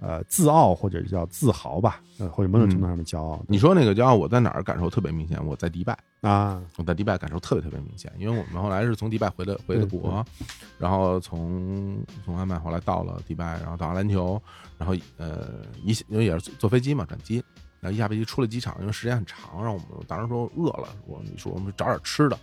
呃自傲或者叫自豪吧，呃或者某种程度上的骄傲。
你说那个骄傲，我在哪儿感受特别明显？我在迪拜。
啊，
我在迪拜感受特别特别明显，因为我们后来是从迪拜回的回
对
的国，然后从从安曼后来到了迪拜，然后到阿联酋，然后呃一因为也是坐坐飞机嘛转机，然后一下飞机出了机场，因为时间很长，然后我们当时说饿了，我你说我们找点吃的，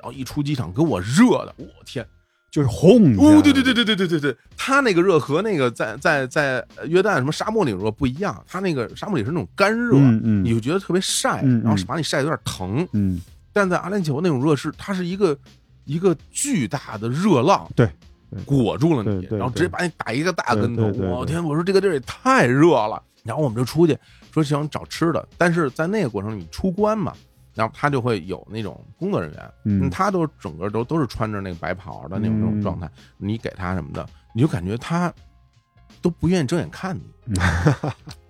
然后一出机场给我热的，我天！
就是轰一下！
哦，对对对对对对对对，他那个热和那个在在在呃约旦什么沙漠里热不一样，他那个沙漠里是那种干热，
嗯嗯
你就觉得特别晒，
嗯嗯
然后把你晒得有点疼。
嗯，
但在阿联酋那种热是，它是一个一个巨大的热浪，
对对
裹住了你，
对对
然后直接把你打一个大跟头
对对。对
我
对
天！我说这个地儿也太热了，然后我们就出去说想找吃的，但是在那个过程里你出关嘛。然后他就会有那种工作人员，
嗯
他都整个都都是穿着那个白袍的那种那种
嗯
状态，你给他什么的，你就感觉他都不愿意正眼看
嗯
你， (laughs)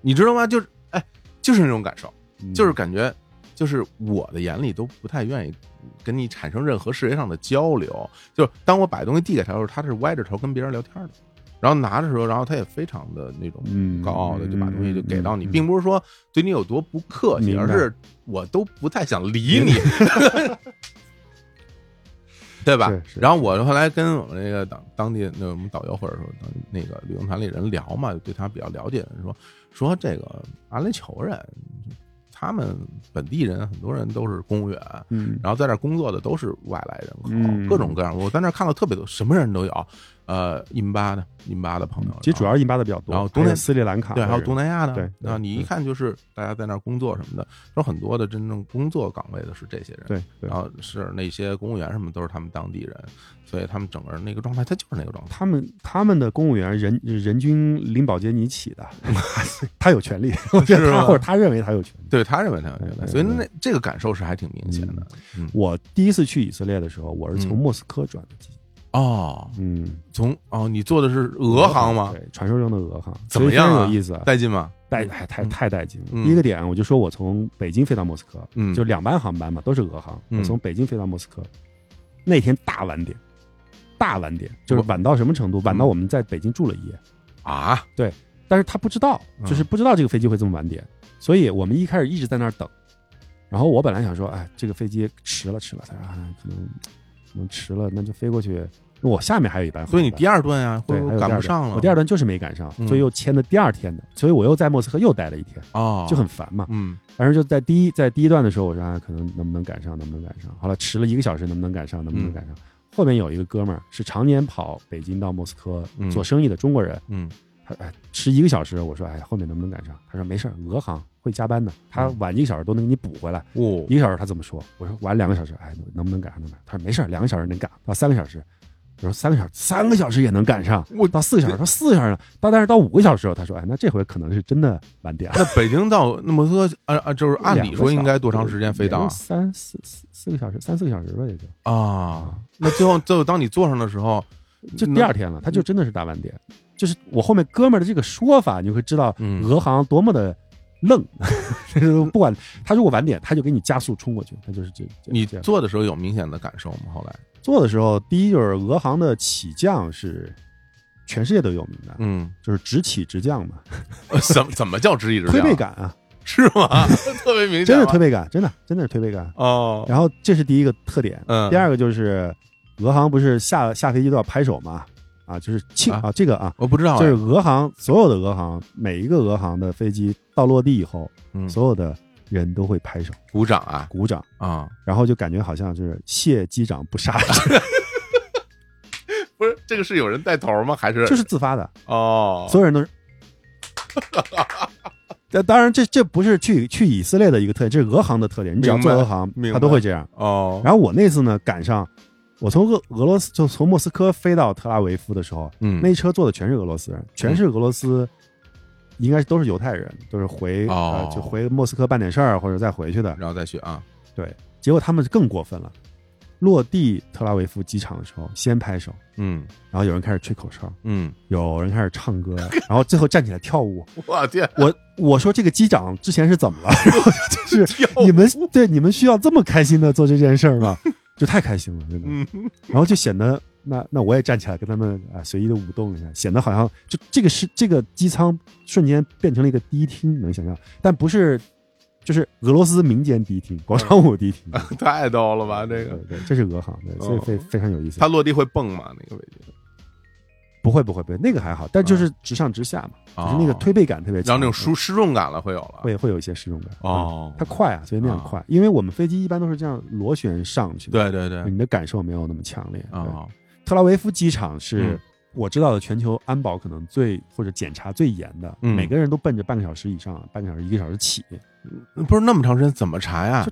你知道吗？就是哎，就是那种感受。
嗯
就是感觉，就是我的眼里都不太愿意跟你产生任何视觉上的交流。就是当我把东西递给他的时候，他是歪着头跟别人聊天的，然后拿的时候，然后他也非常的那种
嗯
高傲的就把东西就给到你，
嗯嗯
并不是说对你有多不客气，
明白
而是我都不太想理你。 (laughs) 对吧
是？是
然后我后来跟我们那个当当地那我们导游或者说当那个旅游团里人聊嘛，对他比较了解的人说说这个阿联酋人，他们本地人很多人都是公务员，
嗯
然后在这儿工作的都是外来人口，
嗯
各种各样。我在那儿看到特别多，什么人都有，呃，印巴的、印巴的朋友，
嗯其实主要印巴的比较多，
然后东南
还有斯里兰卡的
对，
人，
还有东南亚的，
对对
啊，你一
对
看就是大家在那儿工作什么的，有很多的真正工作岗位的是这些人，
对对
然，后是那些公务员什么都是他们当地人，所以他们整个那个状态，他就是那个状态。
他们他们的公务员人人均林保洁你起
(laughs)
的，他有权利，我觉
是
得
吗
他或者他认为他有权利。
对他认为他有这个，
对对
所以那这个感受是还挺明显的。嗯，
我第一次去以色列的时候，我是从
嗯
莫斯科转的机，
哦，
嗯，
从哦，你做的是俄航吗？
对，传说中的俄航，
怎么样啊
所以非常有意思啊，
带劲吗？
带太太
嗯
太带劲了。
嗯
第一个点，我就说我从北京飞到莫斯科，
嗯
就两班航班嘛，都是俄航。
嗯
我从北京飞到莫斯科，那天大晚点，大晚点，就是晚到什么程度？晚
嗯
到我们在北京住了一夜，
啊，
但是他不知道，
嗯
就是不知道这个飞机会这么晚点，所以我们一开始一直在那儿等。然后我本来想说，哎，这个飞机迟了，迟了，他说啊，可能可能迟了，那就飞过去。因为我下面还有一班航班，
所以你第二段呀，会
对
不会
还有
赶
第
不
二段
上了？
我第二段就是没赶上，
嗯
所以又签的第二天的，所以我又在莫斯科又待了一天，
哦，
就很烦嘛。
嗯
反正就在第一在第一段的时候，我说啊，可能能不能赶上，能不能赶上？后来迟了一个小时，能不能赶上？能
嗯
不能赶上？后面有一个哥们儿是常年跑北京到莫斯科
嗯
做生意的中国人，
嗯
他哎迟一个小时，我说哎，后面能不能赶上？他说没事儿，俄航会加班的，他
嗯
晚一个小时都能给你补回来。
哦
一个小时他这么说，我说晚两个小时，哎，能不能赶上？能不能赶上？他说没事儿，两个小时能赶到三个小时。我说三个小时，三个小时也能赶上。
我
到四个小时，说四个小时，到但是到五个小时，他说，哎，那这回可能是真的晚点了。
那北京到那莫斯科，啊啊，就是按理说应该多长时间飞到
也
啊
就三四四四个小时，三四个小时吧，也就
啊？那最后最后当你坐上的时候，
就第二天了。他就真的是大晚点，就是我后面哥们儿的这个说法，你就会知道
嗯
俄航多么的愣， (laughs) 就是不管他如果晚点，他就给你加速冲过去，他就是这这
你
这样
坐的时候有明显的感受吗？后来，
做的时候，第一就是俄航的起降是全世界都有名的，
嗯，
就是直起直降嘛，
呃怎么怎么叫直一直
推背感啊，
(laughs) 是
(laughs)
吗？特别明显吗，
真的推背感，真的真的是推背感。
哦，
然后这是第一个特点，
嗯
第二个就是俄航不是下下飞机都要拍手嘛，啊，就是庆
啊
啊这个啊，
我不知道哎，
就是俄航所有的俄航每一个俄航的飞机到落地以后，
嗯
所有的人都会拍手
鼓掌啊
鼓掌，
啊，
然后就感觉好像就是谢机长不
(laughs)
杀，
不是这个是有人带头吗？还是
就是自发的，
哦，
所有人都是。但当然这，这不是去去以色列的一个特点，这是俄航的特点。你只要
明白
做俄航
明，白
他都会这样。
哦，
然后我那次呢赶上我从俄俄罗斯就从莫斯科飞到特拉维夫的时候，
嗯，
那一车坐的全是俄罗斯人，全是俄罗斯，应该都是犹太人，都是回、
哦
呃就回莫斯科办点事儿或者再回去的。
然后再去啊，
对，结果他们更过分了，落地特拉维夫机场的时候先拍手，
嗯
然后有人开始吹口哨，
嗯， (laughs)
有人开始唱歌，然后最后站起来跳舞。
我天，
我我说这个机长之前是怎么了？ (laughs) 然后
(laughs)
就是
跳
你们对你们需要这么开心的做这件事儿吗？就太开心了，真的。
嗯
然后就显得那那我也站起来跟他们啊随意的舞动一下，显得好像就这个是这个机舱瞬间变成了一个迪厅，能想象，但不是就是俄罗斯民间迪
嗯
厅、广场舞迪
(laughs)
厅。
太逗了吧这
对
个。
对，这是俄航，对，所以
哦
非非常有意思
它。落地会蹦吗？那个位置，
不会不会不会，那个还好，但就是直上直下嘛，就是那个
嗯哦
推背感特别强，
然后那种失失重感了会有了，
会会有一些失重感。
哦
嗯它快啊，所以那样
哦
快，因为我们飞机一般都是这样螺旋上去
对
的，
对对，
你的感受没有那么强烈。对
啊
特拉维夫机场是
嗯
我知道的全球安保可能最或者检查最严的，
嗯
每个人都奔着半个小时以上，半个小时一个小时起，
不是那么长时间怎么查呀？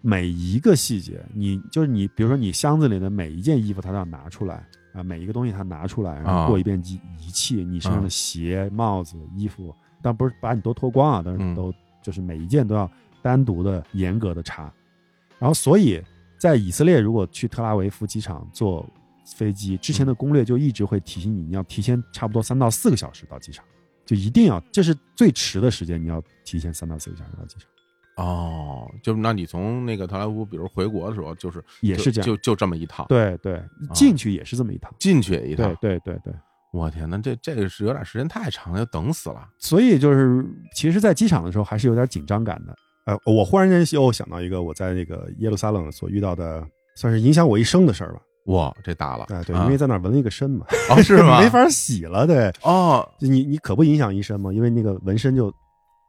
每一个细节，你就是你，比如说你箱子里的每一件衣服，他都要拿出来啊，每一个东西他拿出来，然
啊
后过一遍仪仪器，你身上的鞋、帽子、衣服，但不是把你都脱光啊，但
嗯
是都就是每一件都要单独的、严格的查。然后，所以在以色列，如果去特拉维夫机场坐飞机，之前的攻略就一直会提醒你，你要提前差不多三到四个小时到机场，就一定要，这是最迟的时间，你要提前三到四个小时到机场，
哦，就那你从那个特拉维夫，比如回国的时候，就是
也
就是
这样。
就就这么一趟，，
对对，进去也是这么啊一趟。
进去也一趟
对，对对对，
我天，那这这个是有点时间太长了，要等死了。
所以就是其实，在机场的时候还是有点紧张感的。呃，我忽然间又想到一个我在那个耶路撒冷所遇到的，算是影响我一生的事儿吧。
哇，这大了，
啊，对，因为在那儿纹了一个身 (laughs) 嘛，
哦是吗？
没法洗了。对，
哦，
就你你可不影响一身嘛，因为那个纹身就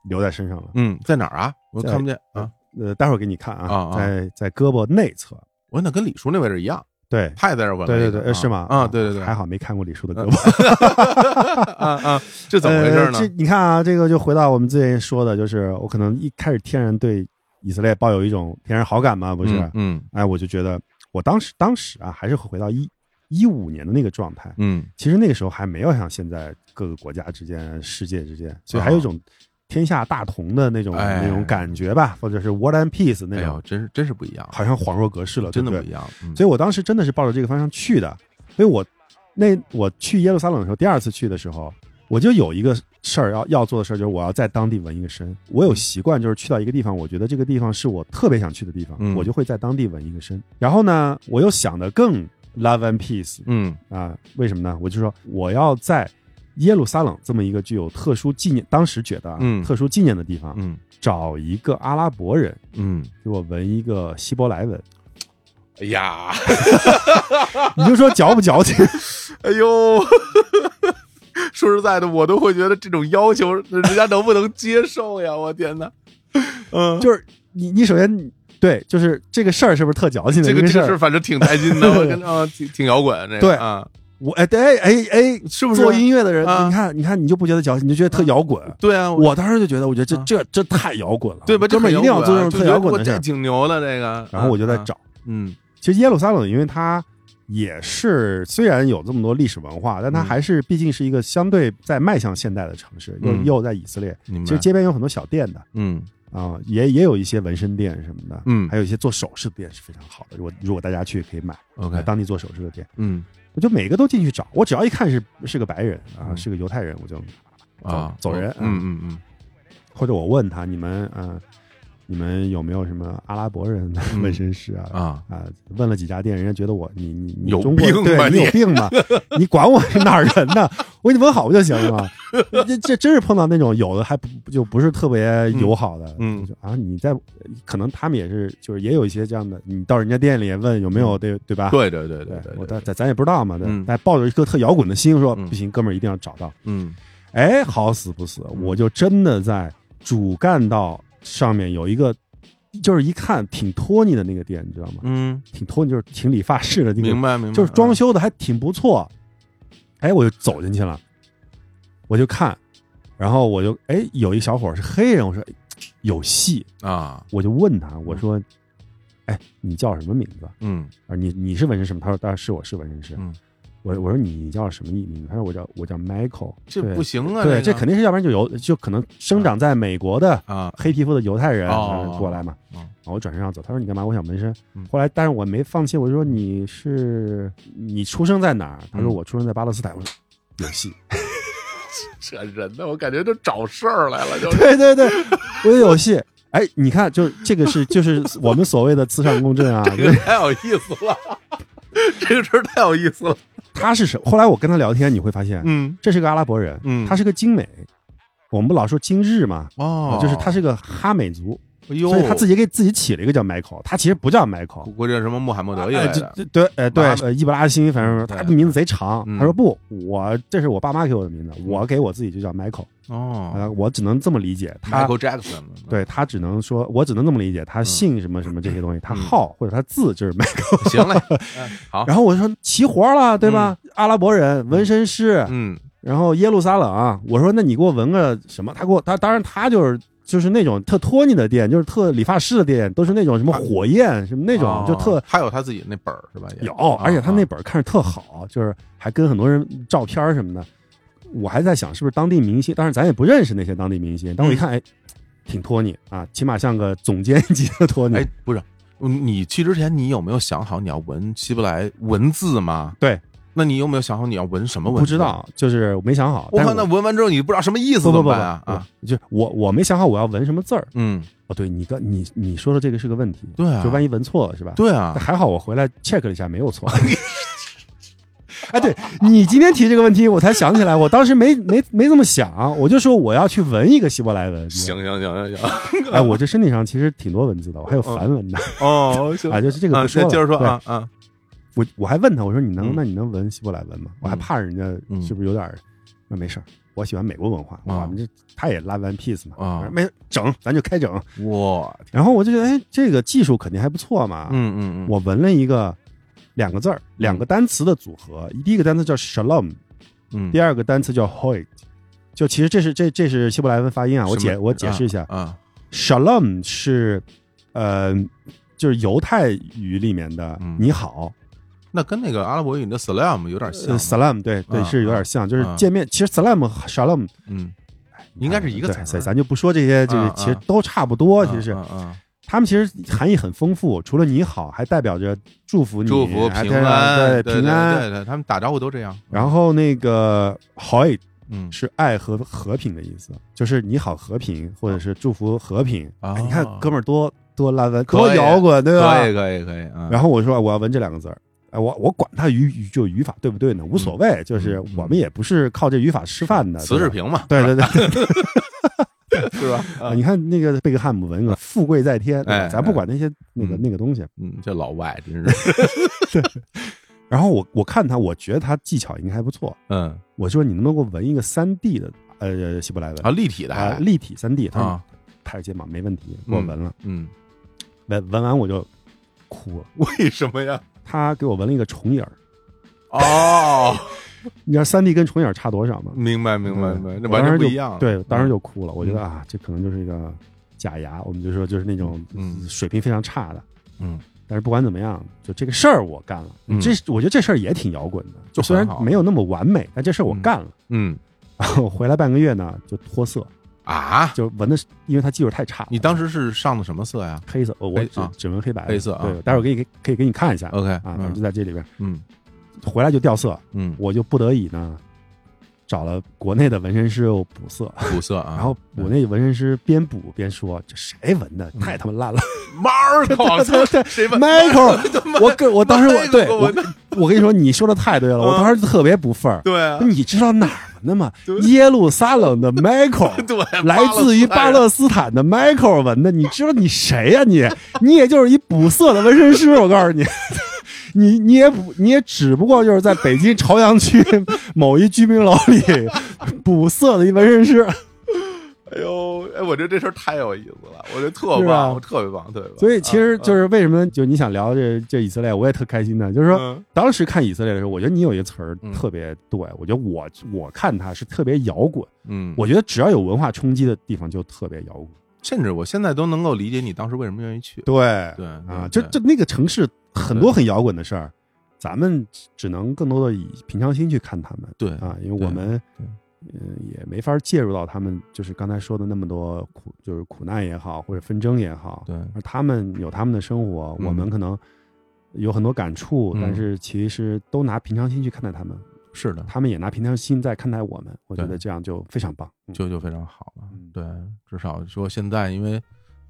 留在身上了。
嗯，在哪儿啊？我
在
看不见啊。
呃，待会儿给你看
啊
啊，
啊
在在胳膊内侧。
我那跟李叔那位置一样，
对，
他也在这儿纹了
对
一
对
个。
对，呃呃是吗？
啊，对对对，
还好没看过李叔的胳膊。
啊啊，这怎么回事
呃这
呢？
你看啊，这个就回到我们之前说的，就是我可能一开始天然对以色列抱有一种天然好感嘛，不是？
嗯嗯
哎，我就觉得我当时当时啊，还是回到一一五年的那个状态。
嗯
其实那个时候还没有像现在各个国家之间、世界之间，所以还有一种天下大同的那种、
哦哎
那种感觉吧，或者是 “war and peace” 那
哎
种，
呦，真是真是不一样，啊
好像恍若隔世了，
真的
对不对
不一样。嗯
所以我当时真的是抱着这个方向去的。所以我那我去耶路撒冷的时候，第二次去的时候，我就有一个事儿要要做的事儿，就是我要在当地纹一个身。我
嗯
有习惯，就是去到一个地方，我觉得这个地方是我特别想去的地方，
嗯
我就会在当地纹一个身。然后呢，我又想的更 love and peace
嗯
啊、为什么呢？我就说我要在。耶路撒冷这么一个具有特殊纪念，当时觉得啊，
嗯
特殊纪念的地方，
嗯
找一个阿拉伯人
嗯，
给我纹一个希伯来文，
哎呀，
你就说矫不矫情？
哎呦， (laughs) 说实在的，我都会觉得这种要求人家能不能接受呀？我天
(laughs)
哪， (laughs) 嗯，
就是你你首先对，就是这个事儿是不是特矫情的
这
一
个这
事
个事
儿？
儿反正挺带劲的，我
(laughs)
跟啊挺挺摇滚这个
对
啊，
我哎对哎哎哎，
是不是
做音乐的人？
啊
你看你看，你就不觉得矫情，你就觉得特摇滚。
对啊，我
我当时就觉得，我觉得这
啊
这这太摇滚了，
对吧？
哥们儿一定要做这种
这
特摇滚的事
这
儿。
挺牛的这个。
然后我就在
啊，
找，
嗯
其实耶路撒冷，因为它也是虽然有这么多历史文化，但它
嗯
还是毕竟是一个相对在迈向现代的城市，又
嗯
又在以色列，
明白
其实街边有很多小店的。
嗯
啊、也也有一些纹身店什么的，
嗯
还有一些做首饰的店是非常好的。如果如果大家去可以买，
，OK，
当地做首饰的店，
嗯
我就每个都进去找，我只要一看是是个白人啊，
嗯
是个犹太人，我就
啊，
走人
嗯嗯嗯
或者我问他你们啊，你们有没有什么阿拉伯人的
嗯
纹身师啊？
啊，
啊，问了几家店，人家觉得我你你你
有
中国
病吧
对你
你
有病吧？ (laughs) 你管我是哪儿人呢？我给你问好不就行了吗？这这真是碰到那种有的还不就不是特别友好的，
嗯嗯
就啊，你在可能他们也是就是也有一些这样的，你到人家店里问有没有对对吧？
嗯对对对
啊对
对，
我
对
咱咱咱也不知道嘛，对，
嗯
但抱着一颗特摇滚的心说，
嗯
不行，哥们儿一定要找到。
嗯
哎，好死不死，我就真的在主干道上面有一个，就是一看挺托尼的那个店，你知道吗？
嗯，
挺托尼，就是挺理发室的那
明
个，
白明白，
就是装
嗯
修的还挺不错。哎，我就走进去了，我就看，然后我就哎有一小伙儿是黑人，我说哎有戏，
啊，
我就问他，我说，哎，你叫什么名字？
嗯
啊，你你是纹身师吗？他说，当然是我是纹身师。
嗯，
我我说你叫什么艺名？他说我叫我叫 Michael。
这
对
不行啊，
对，
这
这肯定是要不然就犹就可能生长在美国的
定啊，
黑皮肤的犹太人
哦
呃过来嘛。
哦
然后我转身要走，他说你干嘛？我想纹身
嗯。
后来，但是我没放弃，我说你是你出生在哪儿？他说
嗯
我出生在巴勒斯坦。我说
(laughs)
有戏，
这人呢，我感觉就找事儿来了，就
对对对，我有戏。哎，你看，就这个是就是我们所谓的磁场共振啊， (laughs)
这个太有意思了，这个事儿太有意思了，
他是什？后来我跟他聊天，你会发现，
嗯
这是个阿拉伯人，
嗯
他是个精美。我们不老说精日嘛，
哦
就是他，是个哈美族，
哎呦，
所以他自己给自己起了一个叫 Michael，他其实不叫 Michael。
估计是什么穆罕默德一类
呃这
的，
这对，呃，对
马，
呃，伊布拉辛，反正
对
他的名字贼长
嗯。
他说不，我这是我爸妈给我的名字，我给我自己就叫 Michael，
哦
呃，我只能这么理解。他
，Michael Jackson，
对他只能说，我只能这么理解，他
嗯
姓什么什么这些东西，他
嗯
号或者他字就
(laughs)
是 Michael。
行
(laughs)
嘞，嗯好，
然后我说齐活了，对吧？阿拉伯人纹身师，
嗯
然后耶路撒冷啊，我说那你给我纹个什么？他给我他当然他就是就是那种特托尼的店，就是特理发师的店，都是那种什么火焰什么那种，
啊哦啊
就特
他有他自己那本儿是吧？也
有，而且他那本儿看着特好，就是还跟很多人照片儿什么的。我还在想是不是当地明星，当然咱也不认识那些当地明星，
嗯
但我一看，哎，挺托尼啊，起码像个总监级的托尼。
哎，不是，你去之前你有没有想好你要纹希伯来文字吗？
对，
那你有没有想好你要纹什么文字？
不知。道，就是我没想好。
我
但
靠，
是
那纹完之后你不知道什么意思怎
不不
么
不
办啊？啊，
不，就是我我没想好我要纹什么字儿。
嗯，
哦，对你刚你你说的这个是个问题，
对啊
就万一纹错了是吧？
对啊
但，还好我回来 check 了一下，没
(laughs)
有错。哎，对你今天提这个问题，我才想起来，我当时没没没这么想，我就说我要去纹一个希伯来文。，
行啊行行行，
哎，我这身体上其实挺多文字的，我还有梵文的。 (laughs)
哦，行
啊，就是这个
啊，
不说了。
接着说
对
啊啊，
我我还问他，我说你能
嗯
那你能纹希伯来文吗？我还怕人家
嗯
是不是有点儿，那没事儿，我喜欢美国文化，
啊
我们这他也拉 One Piece 嘛，
啊
我说没事整咱就开整。
我天，
然后我就觉得，哎，这个技术肯定还不错嘛。
嗯嗯嗯，
我纹了一个两个字儿、两个单词的组合，第一个单词叫 shalom，
嗯
第二个单词叫 hoit。就其实这是这这是希伯来文发音啊，我
什么
解我解释一下、
啊，
s h a l o m 是呃就是犹太语里面的
嗯
你好，
那跟那个阿拉伯语的 slam 有点像
呃，salam 对对、
啊
是有点像，就是
啊
见面、其实 salam 和 shalom 啊
嗯，应该是一个词儿
对所以咱就不说这些，就是
啊
其实都差不多，其实是。
啊啊，
他们其实含义很丰富，除了你好，还代表着祝福你，
祝福
还
平
代表
安，
对
对
平安。
对对，他们打招呼都这样，
然后那个好也
嗯
是爱和和平的意思，就是你好和平，或者是祝福和平。
哦
哎你看哥们儿多多拉文，
可以
多摇滚，对吧？
可以可以可以啊，
然后我说我要纹这两个字儿，哎，我我管他语语就语法对不对呢，
嗯
无所谓，就是我们也不是靠这语法吃饭的，
瓷
对
视 (laughs)
吧。
频
(laughs)
嘛，
对对对，
是吧？
啊你看那个贝克汉姆
(laughs)
纹个富贵在天，对吧
哎
咱不管那些那个
嗯
那个东西。
嗯，这老外真是，
然后我我看他，我觉得他技巧应该还不错。
嗯
(laughs) 我说你能不能给我纹一个三 D 的呃希伯来文
啊，立体的
啊
还
立体三 D？他说
啊，
拍着肩膀没问题，给我纹了，
嗯，
纹纹完我就哭了。
为什么呀？
他给我纹了一个虫眼儿，
哦，
你知道三 D 跟虫眼儿差多少吗？
明白明白
嗯
明白，
我
那完
当
全
时
不
就
一样。
对，当时
嗯
就哭了。我觉得
嗯
啊，这可能就是一个假牙，我们就说就是那种
嗯
水平非常差的。
嗯，
但是不管怎么样，就这个事儿我干了。
嗯
这我觉得这事儿也挺摇滚的，就
就
虽然
很好
没有那么完美，但这事儿我
嗯
干了。
嗯
然后 (laughs) 回来半个月呢，就脱色，
啊，
就纹的是，因为它技术太差了。
你当时是上的什么色呀
黑色，哦我我
黑
只
啊
只纹黑白的，
黑色啊
对，待会儿给你可以给你看一下啊，
？OK
反正就
嗯
在这里边，
嗯
回来就掉色，
嗯，
我就不得已呢，找了国内的纹身师又补色，
补色啊。
然后我那纹身师边补边说：“这谁纹的？太他妈
(laughs)
烂了 (laughs)
Marco，谁问 (laughs)
！”Michael，我跟我当时我
Michael，
对
我嗯
我我跟你说，你说的太对了，我当时特别不忿儿。
对啊
你知道哪儿纹的吗
对？
耶路撒冷的 Michael， (laughs)
对，
嗯
啊
来自于巴勒斯坦的 Michael 文的，你知道你谁呀、你？你也就是一补色的纹身师，我告诉你， (laughs) 你你也补，你也只不过就是在北京朝阳区某一居民楼里补色的一纹身师，
哎呦，哎，我觉得这事儿太有意思了，我觉得特
是吧
棒，我特别棒，特别棒。嗯
所以其实就是是为什么就你想聊这这以色列，我也特开心的，就是说
嗯
当时看以色列的时候，我觉得你有一个词儿
嗯
特别对，我觉得我我看它是特别摇滚，
嗯，
我觉得只要有文化冲击的地方就特别摇滚。
甚至我现在都能够理解你当时为什么愿意去。
对
对
啊，
对
就就那个城市很
对
多很摇滚的事儿，咱们只能更多的以平常心去看他们
对
啊，因为
对
我们
对
嗯也没法介入到他们，就是刚才说的那么多苦，就是苦难也好，或者纷争也好，
对
而他们有他们的生活，
嗯
我们可能有很多感触，
嗯
但是其实都拿平常心去看待他们，
是的，
他们也拿平常心在看待我们，我觉
对
得这样就非常棒。嗯
就就非常好了
嗯。
对，至少说现在因为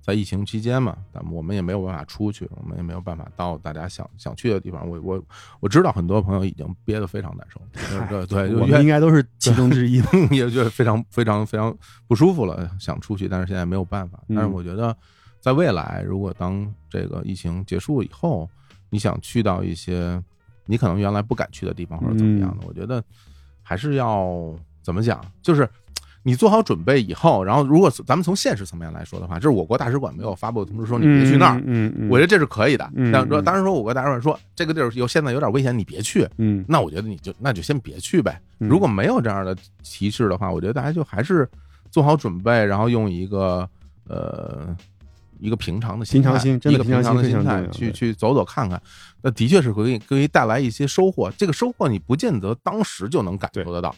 在疫情期间嘛，咱们我们也没有办法出去，我们也没有办法到大家想想去的地方。我我我知道很多朋友已经憋得非常难受，对对，
(laughs)
就
我们
愿
应该都是其中之一。
你也觉得非常非常非常不舒服了，想出去，但是现在没有办法。
嗯
但是我觉得，在未来，如果当这个疫情结束以后，你想去到一些你可能原来不敢去的地方，或者怎么样
嗯
的，我觉得还是要怎么讲，就是。你做好准备以后，然后如果咱们从现实层面来说的话，就是我国大使馆没有发布通知 (laughs) 说你别去那儿，
嗯，嗯嗯
我觉得这是可以的。
嗯
但说
嗯
当然说我国大使馆说这个地儿有现在有点危险，你别去，
嗯，
那我觉得你就那就先别去呗。
嗯
如果没有这样的提示的话，我觉得大家就还是做好准备，然后用一个呃一个平常的心态
平常心真
一
的
个平常的心
平常心
态
非常重
去
要对
去走走看看，那的确是可以可以带来一些收获。这个收获你不见得当时就能感受得到。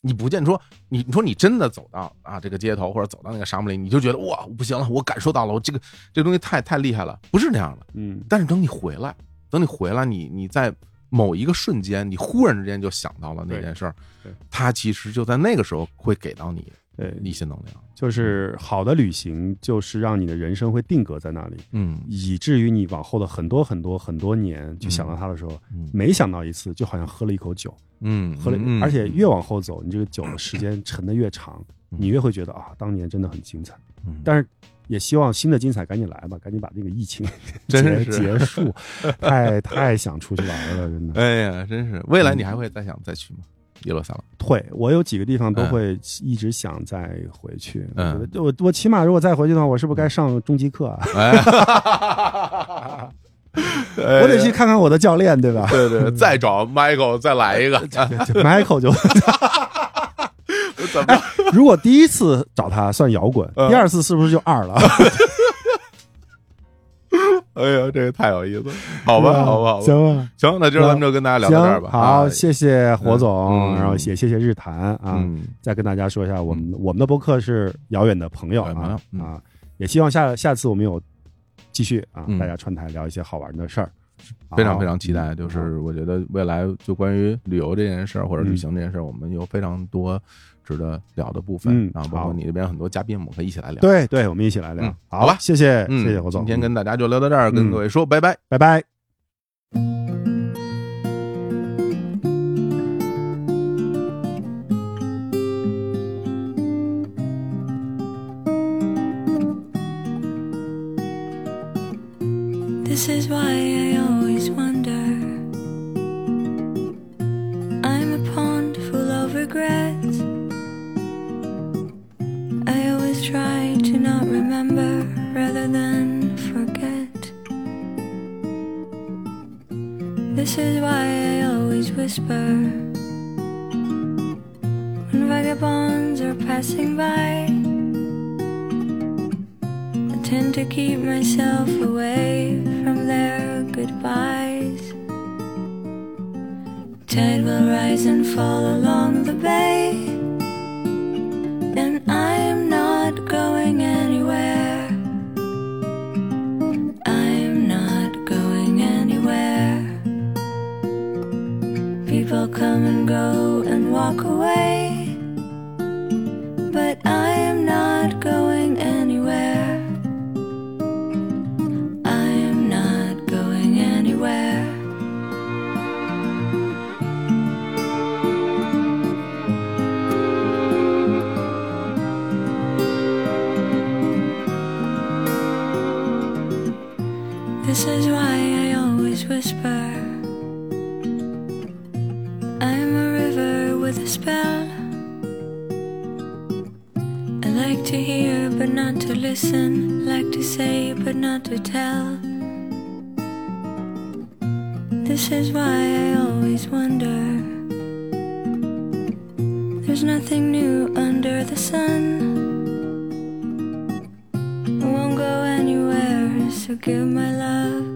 你不见说你你说你真的走到啊这个街头或者走到那个沙漠里，你就觉得哇我不行了，我感受到了，我这个这个东西太太厉害了，不是那样的。
嗯
但是等你回来，等你回来，你你在某一个瞬间，你忽然之间就想到了那件事儿
对对，
它其实就在那个时候会给到你
对，
一些能量。
就是好的旅行，就是让你的人生会定格在那里，
嗯
以至于你往后的很多很多很多年去想到它的时候，
嗯
每想到一次，就好像喝了一口酒，
嗯，
喝了，
嗯
而且越往后走，你这个酒的时间沉得越长，
嗯
你越会觉得啊，当年真的很精彩。
嗯
但是也希望新的精彩赶紧来吧，赶紧把这个疫情 (laughs)
真
结
是
结
(laughs)
束，太太想出去玩了，真的。
哎呀，真是未来
嗯
你还会再想再去吗？耶路撒
(laughs)
冷，
会，我有几个地方都会一直想再回去。
嗯
我觉得我我起码如果再回去的话，我是不是该上中级课啊？
哎，
(laughs) 我得去看看我的教练，对吧？
对
(laughs)
对，再找 Michael 再来一个，
就 Michael 就
怎么？
如果第一次找他算摇滚，
嗯
第二次是不是就二了？
哎呀，这个太有意思了，好吧，好吧，好吧
嗯行吧。
行，那今儿咱们就跟大家聊到这儿吧。
行，好，
啊
谢谢火总，
嗯
然后也谢谢日坛啊。
嗯，
再跟大家说一下，我们我们的博客是遥远的朋友
遥远朋友
啊
嗯
啊，也希望下下次我们有继续啊
嗯，
大家串台聊一些好玩的事儿，
非常
好
非常期
嗯
待，就是我觉得未来就关于旅游这件事儿或者
嗯
旅行这件事儿，我们有非常多值得聊的部分
嗯，
然后包括
好
你这边很多嘉宾，我们可以一起来聊。，
对对，我们一起来聊
嗯，好
好
吧
谢谢
嗯，
谢谢火总，
今天跟大家就聊到这儿，跟
嗯
各位说拜拜。
拜拜。
This is why I always wonder. I'm a pond full of regrets. I always try to not remember rather than forget. This is why I always whisper when vagabonds are passing by. I tend to keep myself away from their goodbyes. Tide will rise and fall along the bay, and I'm not going anywhere. I'm not going anywhere. People come and go and walk away, but I'm not going anywhere. I'm not going anywhere. This is why I always whisper. I'm a river with a spell. I like to hear but not to listen, like to say but not to tell. This is why I always wonder. There's nothing new under the sun. to give my love